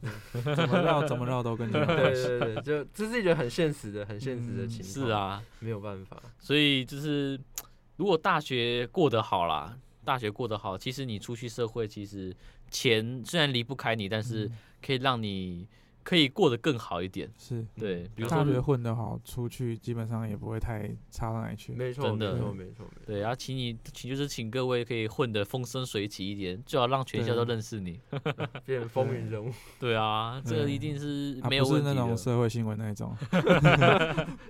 Speaker 3: 怎么绕怎么绕都跟 钱有关系。
Speaker 2: 对对对，就这是一个很现实的、很现实的
Speaker 3: 嗯
Speaker 2: 情况，
Speaker 1: 是，啊，
Speaker 2: 没有办法，
Speaker 1: 所以就是如果大学过得好啦，大学过得好，其实你出去社会，其实钱虽然离不开你，但是
Speaker 3: 嗯
Speaker 1: 可以让你可以过得更好一点。
Speaker 3: 是
Speaker 1: 对，比如
Speaker 3: 大
Speaker 1: 说
Speaker 3: 学混得好，出去基本上也不会太差到哪里去。
Speaker 2: 没错
Speaker 1: 真
Speaker 2: 没
Speaker 1: 的
Speaker 2: 错没错没错，
Speaker 1: 对，然后请你，请就是请各位可以混得风生水起一点，最好让全校都认识你。
Speaker 2: 变成风云人物，
Speaker 1: 对啊，这个
Speaker 3: 对
Speaker 1: 一定是
Speaker 3: 啊，
Speaker 1: 没有
Speaker 3: 不
Speaker 1: 问
Speaker 3: 是
Speaker 1: 题
Speaker 3: 那
Speaker 1: 的。
Speaker 3: 种社会新闻那 一种，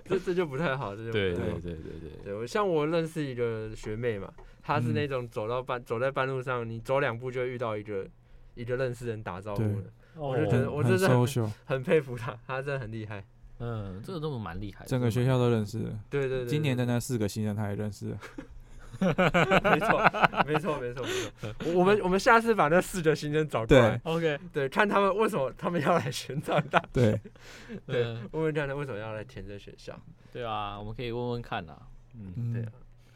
Speaker 2: 这这就不太好，这就不
Speaker 1: 对
Speaker 2: 太好
Speaker 1: 对对对对
Speaker 2: 对，我像我认识一个学妹嘛，她
Speaker 3: 嗯
Speaker 2: 是那种走到半走在半路上，你走两步就会遇到一个一个认识人打招呼
Speaker 3: 对
Speaker 2: 的，哦我就觉得
Speaker 3: 很
Speaker 2: 我
Speaker 3: 很
Speaker 2: 真的
Speaker 3: social，
Speaker 2: 很佩服他，他真的很厉害。
Speaker 1: 嗯，这个都蛮厉害的。
Speaker 3: 整个学校都认识了。
Speaker 2: 对对对
Speaker 3: 今年
Speaker 2: 的
Speaker 3: 的那四个新人他也认识了，
Speaker 2: 没错，没错，没错，没错。我我们我们下次把那四个新生找过来，
Speaker 1: OK，
Speaker 2: 对，看他们为什么他们要来玄奘大，
Speaker 3: 对，
Speaker 2: 对啊
Speaker 1: 嗯，
Speaker 2: 问问看他们为什么要来填这学校。
Speaker 1: 对啊，我们可以问问看啊。嗯，
Speaker 2: 对
Speaker 3: 嗯
Speaker 2: 啊，，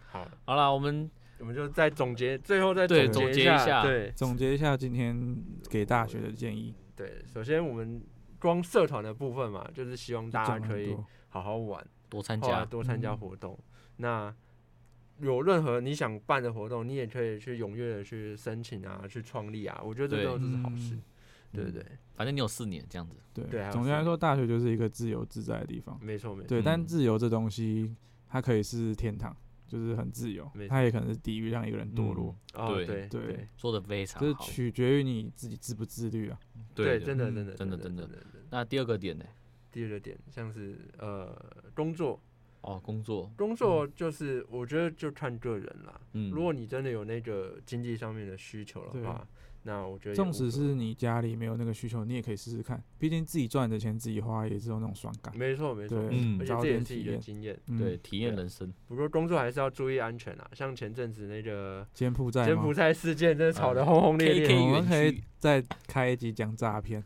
Speaker 2: 好，
Speaker 1: 好啦，我们
Speaker 2: 我们就再总结，最后再
Speaker 1: 对
Speaker 2: 结
Speaker 1: 总结一下
Speaker 2: 对
Speaker 3: 总结一下今天给大学的建议，
Speaker 2: 对，首先我们光社团的部分嘛，就是希望大
Speaker 3: 讲
Speaker 2: 家
Speaker 3: 了
Speaker 2: 可
Speaker 3: 很
Speaker 2: 以
Speaker 3: 多，
Speaker 2: 好好啊玩，
Speaker 1: 多参
Speaker 2: 后来
Speaker 1: 加。
Speaker 2: 多参加
Speaker 3: 嗯
Speaker 2: 活动。那有任何你想办的活动，你也可以去踊跃的去申请啊，去创立啊，我觉得这
Speaker 1: 对
Speaker 2: 都是好事
Speaker 3: 嗯，
Speaker 2: 对不对？
Speaker 1: 反正你有四年这样子。
Speaker 2: 对还
Speaker 3: 对，
Speaker 2: 有
Speaker 3: 总的
Speaker 2: 什
Speaker 3: 来
Speaker 2: 么
Speaker 3: 说，大学就是一个自由自在的地方。
Speaker 2: 没错，没错，
Speaker 3: 对，但
Speaker 1: 嗯
Speaker 3: 自由这东西，它可以是天堂，就是很自由
Speaker 2: 没；
Speaker 3: 它也可能是地狱，让一个人堕落。
Speaker 2: 哦，
Speaker 1: 对
Speaker 2: 对
Speaker 3: 对
Speaker 2: 对
Speaker 1: 说的非常
Speaker 3: 这是
Speaker 1: 好。
Speaker 3: 取决于你自己自不自律啊。
Speaker 2: 对，
Speaker 1: 的
Speaker 2: 真的
Speaker 3: 嗯
Speaker 2: 真的
Speaker 1: 真的
Speaker 2: 真
Speaker 1: 真
Speaker 2: 的
Speaker 1: 的
Speaker 2: 真的。
Speaker 1: 那第二个点呢？
Speaker 2: 第二个点像是呃工作，
Speaker 1: 哦，工作。
Speaker 2: 工作就是我觉得就看个人啦。
Speaker 1: 嗯，
Speaker 2: 如果你真的有那个经济上面的需求的话，那我觉得也无
Speaker 3: 纵
Speaker 2: 可
Speaker 3: 使是你家里没有那个需求，你也可以试试看，毕竟自己赚的钱自己花也是有那种爽感。
Speaker 2: 没错没错，
Speaker 3: 对
Speaker 1: 嗯
Speaker 2: 而且
Speaker 3: 早
Speaker 2: 这也
Speaker 3: 点
Speaker 2: 是一
Speaker 3: 体
Speaker 2: 个
Speaker 3: 验
Speaker 2: 经验。
Speaker 3: 嗯
Speaker 1: 对，，体验
Speaker 2: 对
Speaker 1: 人生。
Speaker 2: 不过工作还是要注意安全啊，像前阵子那个
Speaker 3: 柬埔寨
Speaker 2: 柬
Speaker 3: 吗
Speaker 2: 埔寨事件，真的吵得轰轰烈哦
Speaker 1: KK
Speaker 2: 烈。
Speaker 3: 我们
Speaker 1: 园
Speaker 3: 可以
Speaker 1: 区
Speaker 3: 再开一集讲诈骗。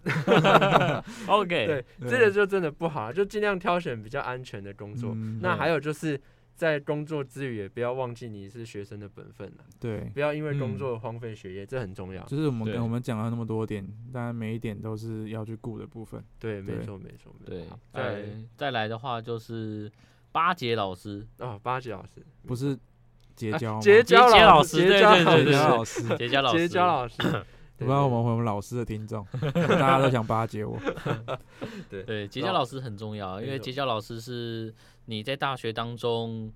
Speaker 1: OK，
Speaker 2: 对，
Speaker 3: 对
Speaker 2: 这个就真的不好啊，就尽量挑选比较安全的工作。
Speaker 3: 嗯，
Speaker 2: 那还有就是。在工作之余，也不要忘记你是学生的本分了，啊
Speaker 3: 对，
Speaker 2: 不要因为工
Speaker 1: 嗯
Speaker 2: 作荒废学业，这很重要。
Speaker 3: 就是我们
Speaker 1: 对
Speaker 3: 跟我们讲了那么多点，当然每一点都是要去顾的部分。
Speaker 2: 对，没
Speaker 3: 对哎
Speaker 2: 错，没错，没错
Speaker 1: 对
Speaker 2: 好，
Speaker 1: 再
Speaker 2: 再
Speaker 1: 再来的话就是巴结老师，
Speaker 2: 啊，巴结老师，
Speaker 3: 不是结
Speaker 2: 啊
Speaker 3: 交吗？
Speaker 2: 结
Speaker 3: 结
Speaker 2: 交
Speaker 1: 结
Speaker 2: 老
Speaker 1: 老
Speaker 2: 师
Speaker 1: 师
Speaker 2: 结
Speaker 1: 对
Speaker 2: 交
Speaker 1: 对
Speaker 2: 老
Speaker 1: 对
Speaker 2: 师
Speaker 1: 对对
Speaker 3: 交老师，
Speaker 1: 结交老师，
Speaker 2: 结交老师，
Speaker 3: 不
Speaker 2: 对
Speaker 3: 然我
Speaker 2: 对
Speaker 3: 们会有老师的听众，大家都想巴结我。
Speaker 1: 对，结交老师很重要，啊因
Speaker 2: 没
Speaker 1: 为
Speaker 2: 错
Speaker 1: 结交老师是你在大学当中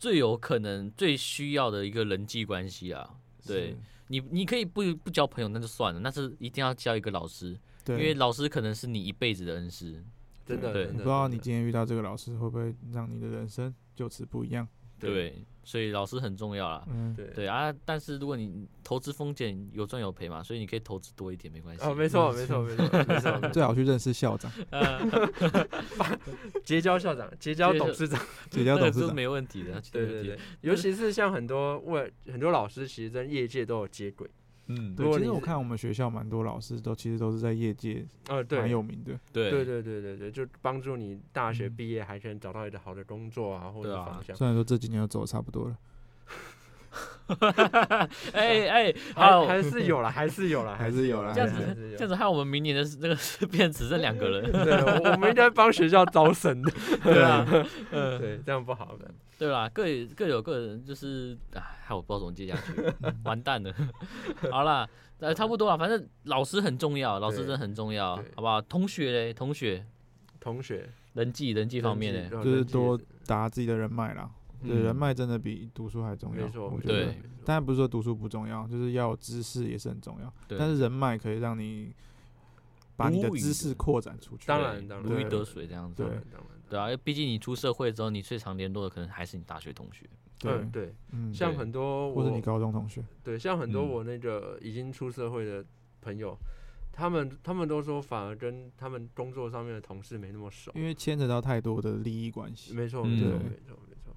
Speaker 1: 最有可能、最需要的一个人际关系啊。 对
Speaker 3: 是，
Speaker 1: 你你可以不不交朋友，那就算了，但是一定要交一个老师，因
Speaker 3: 对，
Speaker 1: 为老师可能是你一辈子的恩师。
Speaker 2: 真的，
Speaker 1: 对
Speaker 2: 真
Speaker 3: 你
Speaker 2: 的
Speaker 3: 不知道
Speaker 2: 真
Speaker 3: 你
Speaker 2: 的
Speaker 3: 今天遇到这个老师会不会让你的人生就此不一样。
Speaker 2: 对
Speaker 1: 对，所以老师很重要啦。
Speaker 3: 嗯，
Speaker 2: 对
Speaker 1: 对啊，但是如果你投资风险有赚有赔嘛，所以你可以投资多一点，没关系。
Speaker 2: 哦，没错没错没 错没错，没错
Speaker 3: 最好去认识校长，
Speaker 1: 啊
Speaker 2: 结交校长，结交
Speaker 1: 结交
Speaker 2: 董事长，
Speaker 3: 结
Speaker 1: 那
Speaker 3: 交
Speaker 1: 个
Speaker 3: 董
Speaker 1: 是
Speaker 3: 事长。
Speaker 1: 没问题的，
Speaker 2: 对对对，尤其是像很多为很多老师，其实跟业界都有接轨，
Speaker 1: 嗯，
Speaker 2: 如
Speaker 3: 对，
Speaker 2: 果
Speaker 3: 其实
Speaker 2: 你
Speaker 3: 我
Speaker 2: 是
Speaker 3: 看我们学校蛮多老师都其实都是在业界
Speaker 2: 呃，
Speaker 3: 蛮
Speaker 2: 对。
Speaker 3: 有名的。
Speaker 1: 对
Speaker 2: 对对对对对，就帮助你大学
Speaker 3: 嗯
Speaker 2: 毕业还能找到一个好的工作啊，或者
Speaker 1: 对啊
Speaker 2: 方向。
Speaker 3: 虽然说这几年都走得差不多了，
Speaker 1: 哎哎，
Speaker 2: 还
Speaker 1: 好，
Speaker 2: 还是有了，还是有了，
Speaker 3: 还是有啦
Speaker 1: 这样
Speaker 3: 还是
Speaker 1: 子，这样子害我们明年的那个 是变只剩两个 人，
Speaker 2: 对，我我们应该帮学校招生的。
Speaker 1: 对啊，嗯，
Speaker 2: 对，这样不好的。
Speaker 1: 对啦，各有各有各人，就是哎，害我不知道怎么接下去，完蛋了。 好啦，呃，差不多啦，反正老师很重要，老师
Speaker 2: 对
Speaker 1: 真的很重要，
Speaker 2: 对
Speaker 1: 好不好？同学嘞，同学，
Speaker 2: 同学哦
Speaker 1: 人际人际
Speaker 2: 一
Speaker 1: 方面嘞，
Speaker 3: 欸就是多打自己的人脉啦。对，人
Speaker 1: 嗯
Speaker 3: 脉真的比读书还重要
Speaker 2: 没，错，
Speaker 3: 我
Speaker 2: 没
Speaker 3: 觉
Speaker 2: 错
Speaker 3: 得
Speaker 1: 对。
Speaker 2: 没错
Speaker 3: 当然不是说读书不重要，就是要有知识也是很重要。
Speaker 1: 对
Speaker 3: 但是人脉可以让你把你的
Speaker 1: 无语
Speaker 3: 知识
Speaker 1: 的
Speaker 3: 扩展出去。
Speaker 2: 当
Speaker 1: 对
Speaker 2: 然当然
Speaker 1: 如鱼
Speaker 3: 对
Speaker 1: 得水这样子
Speaker 3: 对
Speaker 2: 当。然当然，
Speaker 1: 对啊，因为毕竟你出社会之后，你最常联络的可能还是你大学同学。
Speaker 3: 对
Speaker 2: 嗯，对，
Speaker 3: 嗯，
Speaker 2: 像
Speaker 1: 对
Speaker 2: 很多
Speaker 3: 或者你
Speaker 2: 我
Speaker 3: 高中同学，
Speaker 2: 对像很多
Speaker 1: 嗯
Speaker 2: 我那个已经出社会的朋友，他们他们都说反而跟他们工作上面的同事没那么熟。
Speaker 3: 因为牵扯到太多的利益关系。
Speaker 2: 没错，
Speaker 1: 嗯
Speaker 2: 没错，
Speaker 3: 对
Speaker 2: 没错，没错，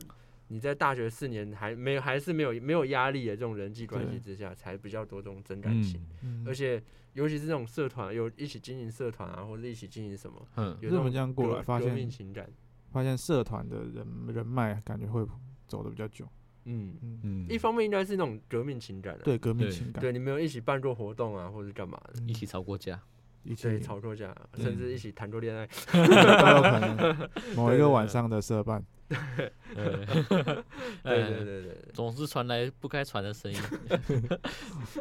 Speaker 2: 就。你在大学四年还没有还是没有没有压力的这种人际关系
Speaker 3: 对
Speaker 2: 之下，才比较多这种真感情，
Speaker 3: 嗯
Speaker 2: 而且尤其是这种社团有一起经营社团啊，或者一起经营什么，
Speaker 1: 嗯，
Speaker 2: 有
Speaker 3: 日
Speaker 2: 那
Speaker 3: 本
Speaker 2: 种
Speaker 3: 这样过
Speaker 2: 革
Speaker 3: 来发
Speaker 2: 革
Speaker 3: 现
Speaker 2: 命情感，
Speaker 3: 发现社团的人人脉感觉会走的比较久。
Speaker 2: 嗯，
Speaker 3: 嗯，
Speaker 1: 嗯
Speaker 2: 一方面应该是那种革命情感、啊，
Speaker 3: 对，革命
Speaker 1: 对
Speaker 3: 情感，
Speaker 2: 对，你们有一起办过活动啊，或者干嘛的，
Speaker 3: 嗯，
Speaker 1: 一起吵过架，
Speaker 3: 一起
Speaker 2: 对，吵过架，啊甚至一起谈过恋爱，
Speaker 3: 都有可 能某
Speaker 2: 对对
Speaker 3: 一个晚
Speaker 2: 对
Speaker 3: 上的社办。
Speaker 1: 对
Speaker 2: 对对对对对，
Speaker 1: 哎总是传来不该传的声音。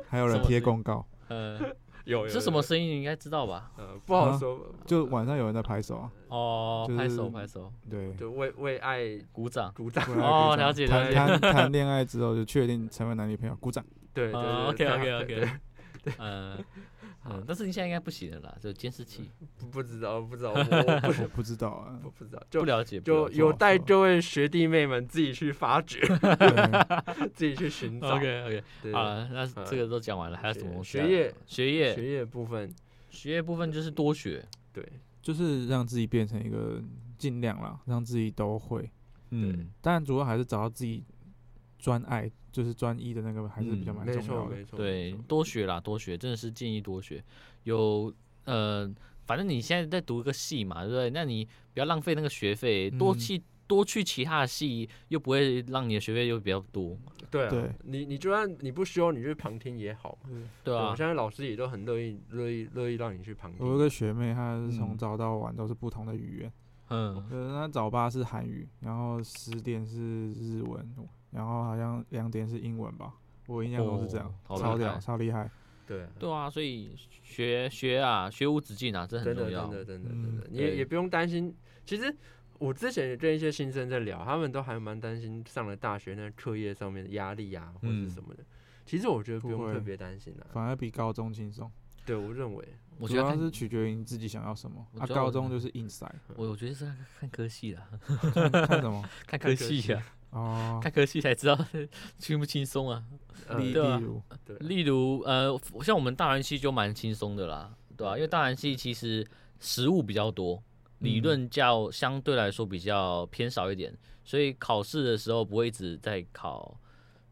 Speaker 3: 还有人
Speaker 1: 什么
Speaker 3: 贴
Speaker 1: 事
Speaker 3: 公告，
Speaker 1: 呃，
Speaker 2: 有
Speaker 1: 是什么？声音？你应该知道吧？
Speaker 2: 呃，不好
Speaker 3: 啊
Speaker 2: 说，
Speaker 3: 就
Speaker 1: 嗯
Speaker 3: 晚上有人在拍手啊，
Speaker 1: 哦，
Speaker 3: 就是
Speaker 1: 拍手拍手，
Speaker 3: 对，
Speaker 2: 就为为爱
Speaker 1: 鼓掌。
Speaker 2: 鼓掌，
Speaker 3: 不然
Speaker 1: 哦
Speaker 3: 鼓掌
Speaker 1: 了解了
Speaker 3: 谈
Speaker 1: 解
Speaker 3: 谈谈恋爱之后就确定成为男女朋友，鼓掌。
Speaker 2: 对对
Speaker 1: 啊
Speaker 2: 对
Speaker 1: ，OK
Speaker 2: 对
Speaker 1: OK
Speaker 2: 对对
Speaker 1: OK，嗯嗯，但是你现在应该不行了啦，就监视器
Speaker 2: 不不知道不 知道，我我不
Speaker 3: 我不知道啊，
Speaker 2: 我不知道，
Speaker 1: 不
Speaker 2: 就
Speaker 1: 了解，不
Speaker 2: 就
Speaker 1: 了解
Speaker 2: 有待各位学弟妹们自己去发 掘，
Speaker 3: 对
Speaker 2: 自己去寻找。
Speaker 1: OK OK，
Speaker 2: 对
Speaker 1: 好了，那
Speaker 2: 嗯
Speaker 1: 这个都讲完了，还有什么东西啊？
Speaker 2: 学业
Speaker 1: 学业
Speaker 2: 学业部分，
Speaker 1: 学业部分就是多学，
Speaker 2: 对，
Speaker 3: 就是让自己变成一个尽量啦，让自己都会。
Speaker 1: 嗯，
Speaker 3: 但主要还是找到自己专爱，就是专一的那个还是比较
Speaker 1: 嗯
Speaker 3: 蛮
Speaker 2: 没
Speaker 3: 重
Speaker 2: 错
Speaker 3: 要的。
Speaker 2: 没错，
Speaker 1: 对
Speaker 2: 没错，
Speaker 1: 多学啦，多学，真的是建议多学。有呃，反正你现在在读一个系嘛，对不对？那你不要浪费那个学费，多
Speaker 3: 嗯
Speaker 1: 去、多去其他的系，又不会让你的学费又比较多，
Speaker 2: 对啊，
Speaker 3: 对
Speaker 2: 你你就算你不修，你去旁听也好嘛。
Speaker 3: 对
Speaker 1: 对
Speaker 2: 我
Speaker 1: 啊
Speaker 2: 们。现在老师也都很乐意乐意乐意让你去旁
Speaker 3: 我有
Speaker 2: 听。
Speaker 3: 个学妹，她是
Speaker 1: 嗯
Speaker 3: 从早到晚都是不同的语言，
Speaker 1: 嗯，
Speaker 3: 呃，她早八是韩语，然后十点是日文，然后好像两点是英文吧，我印象中是这样，
Speaker 1: 哦好
Speaker 3: 超
Speaker 1: 厉害
Speaker 3: 屌，超厉害。
Speaker 2: 对啊，
Speaker 1: 对啊，所以学学啊，学无止境啊，这很
Speaker 2: 真
Speaker 1: 重
Speaker 2: 的
Speaker 1: 要
Speaker 2: 真。的真的真的
Speaker 3: 嗯，
Speaker 2: 你也
Speaker 1: 对
Speaker 2: 也不用担心。其实我之前也跟一些新生在聊，他们都还蛮担心上了大学那课业上面的压力啊，或
Speaker 1: 嗯
Speaker 2: 是什么的。其实我觉得不
Speaker 3: 不
Speaker 2: 用特
Speaker 3: 会
Speaker 2: 别担心啊。
Speaker 3: 反而比高中轻松，
Speaker 2: 对我认为，
Speaker 1: 我
Speaker 3: 主
Speaker 1: 觉得
Speaker 3: 要
Speaker 1: 看
Speaker 3: 是取决于你自己想要什么。
Speaker 1: 我
Speaker 3: 啊，
Speaker 1: 觉得我
Speaker 3: 高中就是硬塞，
Speaker 1: 我我觉得是看看科系啦，
Speaker 3: 看 看什么？
Speaker 1: 看
Speaker 2: 科
Speaker 1: 科
Speaker 2: 系
Speaker 1: 系啊，
Speaker 3: 哦，
Speaker 1: 看科系才知道 轻不轻松啊。
Speaker 2: 呃，
Speaker 3: 例
Speaker 1: 对啊
Speaker 3: 例如，
Speaker 2: 对啊
Speaker 1: 例如呃，像我们大南系就蛮轻松的啦，对啊吧、因为大南系其实实物比较多，理
Speaker 3: 嗯
Speaker 1: 论较相对来说比较偏少一点，所以考试的时候不会一直在考。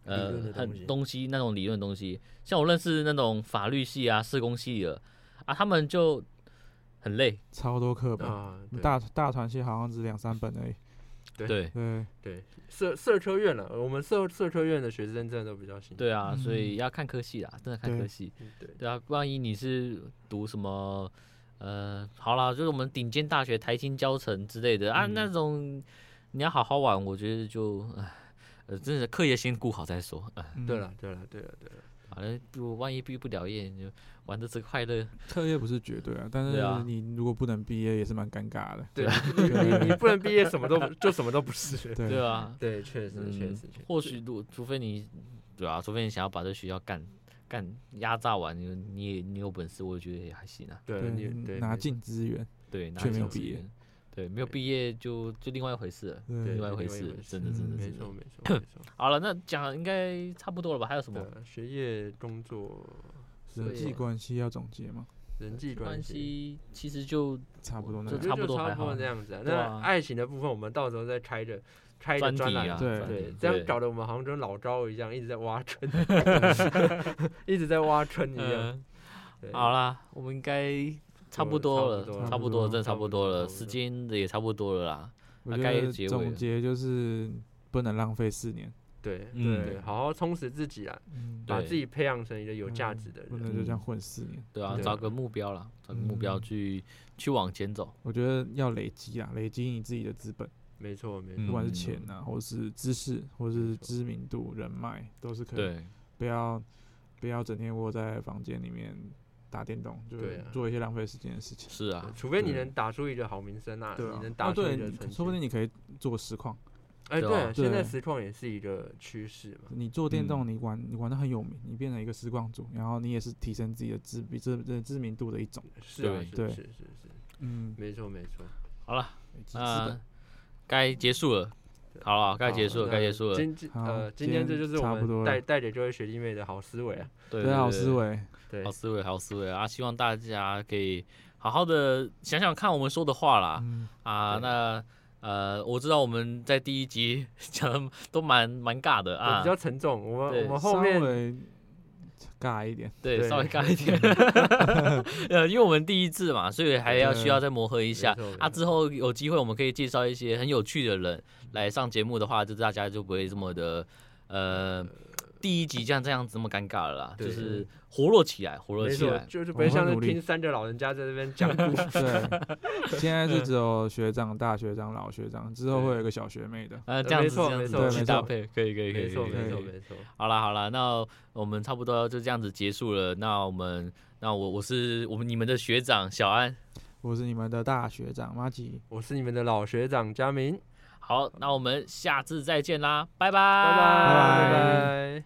Speaker 1: 呃
Speaker 2: 理论的，东西
Speaker 1: 很东西那种理论东西，像我认识那种法律系啊、社工系的啊，他们就很累，
Speaker 3: 超多课本，
Speaker 2: 啊，对
Speaker 3: 大大团系好像只两三本而已。
Speaker 2: 对
Speaker 1: 对
Speaker 3: 对，
Speaker 2: 对社社科院了，我们社社科院的学生真的都比较辛苦。
Speaker 1: 对啊，
Speaker 3: 嗯
Speaker 1: 所以要看科系啦，真的看
Speaker 3: 对
Speaker 1: 科系。
Speaker 2: 嗯对
Speaker 1: 对啊，万一你是读什么，呃，好啦，就是我们顶尖大学、台新教程之类的啊，
Speaker 2: 嗯
Speaker 1: 那种你要好好玩，我觉得就，唉呃，真的课业先顾好再说。呃
Speaker 3: 嗯
Speaker 2: 对，了对了对了对了，
Speaker 1: 反正就万一毕不了业，你就玩的这快乐。
Speaker 3: 课业不是绝对啊，但
Speaker 1: 对啊
Speaker 3: 是你如果不能毕业也是蛮尴尬的。
Speaker 2: 对你你你不能毕业什么都不就什么都不是。
Speaker 3: 对
Speaker 1: 对啊，
Speaker 2: 对，确实
Speaker 1: 嗯
Speaker 2: 确实确实。
Speaker 1: 或许如除非你，对啊，除非你想要把这学校干干压榨完，你你也你有本事，我觉得也还行啊。
Speaker 2: 对，
Speaker 3: 对
Speaker 2: 你对
Speaker 3: 拿
Speaker 2: 你
Speaker 3: 进资源，
Speaker 1: 对，拿
Speaker 3: 却
Speaker 2: 没有
Speaker 1: 奖学
Speaker 3: 毕业
Speaker 1: 金，对，没有毕业就就另外一回事了。
Speaker 2: 对
Speaker 1: 另
Speaker 3: 对
Speaker 1: 外一回事真的
Speaker 3: 真的
Speaker 2: 嗯没
Speaker 1: 真的
Speaker 2: 错没 错没错。
Speaker 1: 好了，那讲应该差不多了吧？还有什么
Speaker 2: 对？啊，学业、工作、
Speaker 3: 人
Speaker 1: 所
Speaker 3: 际
Speaker 1: 以
Speaker 3: 关系要总结嘛，
Speaker 2: 人际
Speaker 1: 关
Speaker 2: 系，
Speaker 1: 系其实就
Speaker 3: 差不多那
Speaker 1: 这
Speaker 2: 我觉
Speaker 3: 样
Speaker 1: 差
Speaker 2: 得
Speaker 1: 不
Speaker 2: 就
Speaker 1: 多
Speaker 2: 差
Speaker 1: 还
Speaker 2: 不多
Speaker 1: 好
Speaker 2: 这样子啊。
Speaker 1: 对
Speaker 2: 那
Speaker 1: 啊
Speaker 2: 爱情的部分，我们到时候再拆着拆着
Speaker 1: 专
Speaker 2: 专
Speaker 1: 题
Speaker 2: 栏
Speaker 1: 啊，。
Speaker 3: 对
Speaker 1: 专
Speaker 2: 对
Speaker 1: 题，
Speaker 2: 这样搞得我们好像跟老招一样，一直在 挖坑， 一直在挖坑一样。
Speaker 1: 嗯，
Speaker 2: 对
Speaker 1: 好啦，我们应该差不多了，
Speaker 2: 差不多
Speaker 1: 差不多了，真的差不多
Speaker 2: 差
Speaker 1: 了，
Speaker 2: 不多
Speaker 1: 时间也差不多了啦。
Speaker 3: 我
Speaker 1: 啊
Speaker 3: 觉
Speaker 1: 该
Speaker 3: 得
Speaker 1: 结尾了
Speaker 3: 总结就是不能浪费四年，
Speaker 2: 对
Speaker 1: 嗯
Speaker 2: 对，好好充实自己啦，
Speaker 3: 嗯，
Speaker 1: 对
Speaker 2: 把自己培养成一个有价
Speaker 3: 嗯
Speaker 2: 值的
Speaker 3: 不
Speaker 2: 人。
Speaker 3: 能就这样
Speaker 1: 嗯
Speaker 3: 混四年。
Speaker 1: 对啊，
Speaker 2: 对
Speaker 1: 找个目标啦，找个目标
Speaker 3: 嗯
Speaker 1: 去去往前走。
Speaker 3: 我觉得要累积啊，累积你自己的资本，
Speaker 2: 没错没
Speaker 1: 嗯
Speaker 3: 不
Speaker 2: 错，
Speaker 3: 管是钱啊，或是知识，或
Speaker 2: 没
Speaker 3: 是
Speaker 2: 错
Speaker 3: 知名度、人脉，都是可以。
Speaker 1: 对，
Speaker 3: 不要不要整天窝在房间里面打电动，就
Speaker 2: 对
Speaker 3: 是
Speaker 2: 啊
Speaker 3: 做一些浪费时间的事情。
Speaker 1: 是啊，
Speaker 2: 除非你
Speaker 3: 对
Speaker 2: 能打出一个好名声啊，
Speaker 3: 对
Speaker 2: 你
Speaker 3: 啊
Speaker 2: 能，打
Speaker 3: 哦
Speaker 2: 出
Speaker 3: 对，
Speaker 2: 一个
Speaker 3: 你
Speaker 2: 成绩。
Speaker 3: 说不定你可以做实况。
Speaker 2: 哎，
Speaker 1: 对
Speaker 2: 对
Speaker 1: 啊
Speaker 2: 啊，现在
Speaker 3: 对
Speaker 2: 实况也是一个趋势嘛。
Speaker 3: 你做电动，
Speaker 1: 嗯
Speaker 3: 你玩你玩的很有名，你变成一个实况主，然后你也是提升自己的知知知知名度的一种。
Speaker 2: 是啊，
Speaker 1: 对
Speaker 2: 是
Speaker 3: 对
Speaker 2: 是是是，
Speaker 3: 嗯，
Speaker 2: 没错没错。
Speaker 1: 好了，
Speaker 3: 累积资
Speaker 1: 那
Speaker 2: 啊
Speaker 3: 本。
Speaker 1: 该结束了。
Speaker 2: 对
Speaker 1: 好了，该
Speaker 2: 好
Speaker 1: 结束了，
Speaker 2: 那
Speaker 1: 该结束了。
Speaker 2: 今今
Speaker 3: 好
Speaker 2: 呃，今
Speaker 3: 今
Speaker 2: 天这
Speaker 3: 天
Speaker 2: 就是
Speaker 3: 差
Speaker 2: 我
Speaker 3: 不多
Speaker 2: 们
Speaker 3: 了
Speaker 2: 带带给这位学弟妹的好思维啊。
Speaker 1: 对
Speaker 3: 对啊，好思，维，
Speaker 2: 对
Speaker 1: 好，思维，好思维啊！希望大家可以好好的想想看我们说的话啦。
Speaker 3: 嗯，
Speaker 1: 啊，
Speaker 2: 对
Speaker 1: 那呃，我知道我们在第一集 讲的都蛮蛮尬的
Speaker 2: 对
Speaker 1: 啊
Speaker 2: 比，较沉重。我
Speaker 1: 对
Speaker 2: 们我们
Speaker 3: 稍
Speaker 2: 后面
Speaker 3: 微尬一点，
Speaker 1: 对，
Speaker 2: 对
Speaker 1: 稍微尬一点， 呃，因为我们第一次嘛，所以还要需要再磨合一
Speaker 2: 一
Speaker 1: 下。啊，之后有机会我们可以介绍一些很有趣的人来上节目的话，就大家就不会这么的呃，第一集这样这样子这么尴尬了啦，就
Speaker 2: 对
Speaker 1: 是活络起来，活络
Speaker 2: 没
Speaker 1: 起
Speaker 2: 错，
Speaker 1: 来。
Speaker 2: 就是不
Speaker 3: 我
Speaker 2: 会
Speaker 3: 会
Speaker 2: 像是
Speaker 3: 努力
Speaker 2: 听三个老人家在这边讲故事。
Speaker 3: 对，现在是只有学长、大学长、老学长，之后
Speaker 2: 对
Speaker 3: 会有一个小学妹的。
Speaker 1: 啊，这
Speaker 2: 对
Speaker 1: 样
Speaker 2: 没
Speaker 1: 子
Speaker 2: 错
Speaker 1: 这样
Speaker 2: 没
Speaker 1: 子
Speaker 2: 错
Speaker 1: 去
Speaker 3: 没
Speaker 1: 搭
Speaker 3: 错
Speaker 1: 配，可以 可以可以，
Speaker 2: 没错
Speaker 1: 可以可
Speaker 2: 没
Speaker 1: 以
Speaker 2: 错
Speaker 3: 可
Speaker 2: 没错，
Speaker 1: 好啦好啦，那我们差不多就这样子结束了。那我们，那我我是我们你们的学长小安。
Speaker 3: 我是你们的大学长马吉，
Speaker 2: 我是你们的老学长佳明，
Speaker 1: 好，那我们下次再见啦，拜拜
Speaker 2: 拜拜拜
Speaker 3: 拜
Speaker 2: 拜。